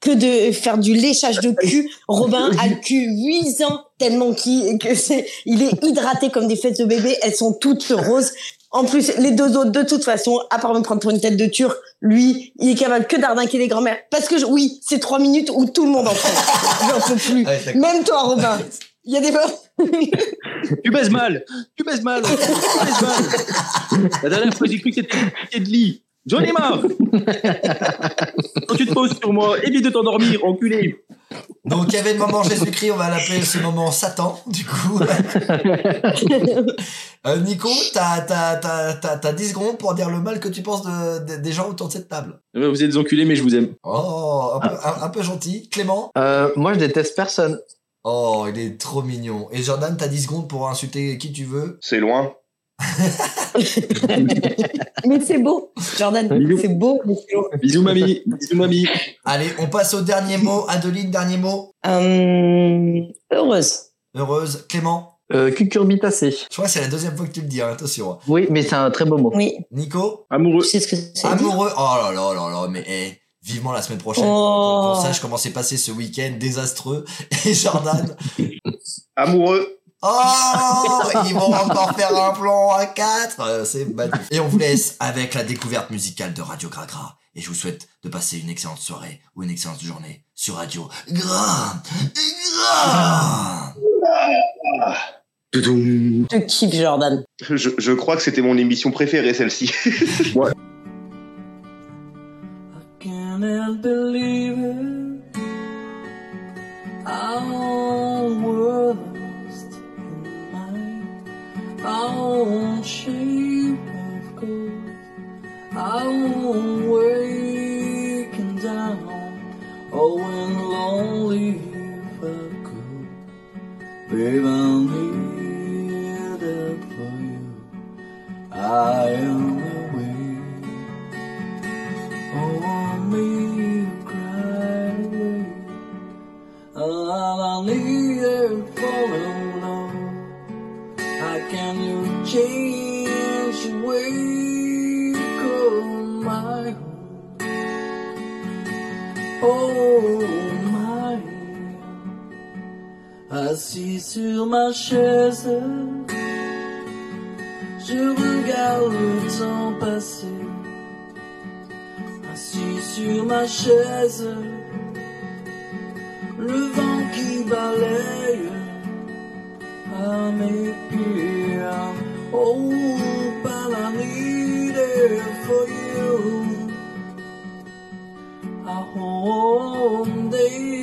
Speaker 3: que de faire du léchage de cul. Robin a le cul 8 ans tellement qu'il, que c'est, il est hydraté comme des fesses de bébé. Elles sont toutes roses. En plus, les deux autres, de toute façon, à part me prendre pour une tête de turc, lui, il est capable que d'arnaquer les grand-mères. Parce que je- oui, c'est trois minutes où tout le monde en prend. J'en peux plus.
Speaker 2: Ouais, d'accord.
Speaker 3: Même toi, Robin. Il y a des
Speaker 12: Tu baises mal Tu baises mal Tu baises mal La dernière fois, j'ai cru que c'était pied de lit. J'en ai marre Quand tu te poses sur moi, évite de t'endormir, enculé
Speaker 2: Donc il y avait le moment Jésus-Christ, on va l'appeler ce moment Satan, du coup. Euh, Nico, t'as, t'as, t'as, t'as, t'as 10 secondes pour dire le mal que tu penses de, de- des gens autour de cette table.
Speaker 12: Ouais, Vous êtes des enculés, mais je vous aime.
Speaker 2: Oh, un peu, un- un peu gentil. Clément
Speaker 4: Euh, moi, je déteste personne.
Speaker 2: Oh, il est trop mignon. Et Jordan, t'as 10 secondes pour insulter qui tu veux.
Speaker 5: C'est loin.
Speaker 3: Mais c'est beau, Jordan. C'est beau. mais c'est beau.
Speaker 12: Bisous, mamie Bisous, mamie
Speaker 2: Allez, on passe au dernier mot. Adeline, dernier mot.
Speaker 3: Euh, heureuse.
Speaker 2: Heureuse. Clément
Speaker 4: Euh, cucurbitacé.
Speaker 2: Je crois que c'est la deuxième fois que tu le dis, hein, attention.
Speaker 4: Oui, mais c'est un très beau mot.
Speaker 3: Oui,
Speaker 2: Nico
Speaker 12: Amoureux
Speaker 3: je sais ce que c'est.
Speaker 2: Amoureux. Oh là là là là, mais eh, vivement la semaine prochaine.
Speaker 3: Oh.
Speaker 2: Qu'on- Qu'on sache comment s'est passé ce week-end désastreux. Et Jordan.
Speaker 5: Amoureux.
Speaker 2: Oh Ils vont encore faire un plan à 4 C'est magnifique. Et on vous laisse avec la découverte musicale de Radio Gragra. Et je vous souhaite de passer une excellente soirée ou une excellente journée sur Radio Gra. Gra.
Speaker 3: Je te kiffe, Jordan.
Speaker 5: Je, je crois que c'était mon émission préférée, celle-ci.
Speaker 6: I cannot believe it. Our world lost in mind. Our own shape of gold. Our own waking down. Oh, when lonely if I could. Babe, I'm here there for you. I am awake. Oh, me cry away. All I need is falling love. How can you change the way of my home? Oh, my. I see sur ma chaise. Je regarde le temps passer. Assis sur ma chaise, le vent qui balaye à mes pieds. Oh, but I need it for you. A home day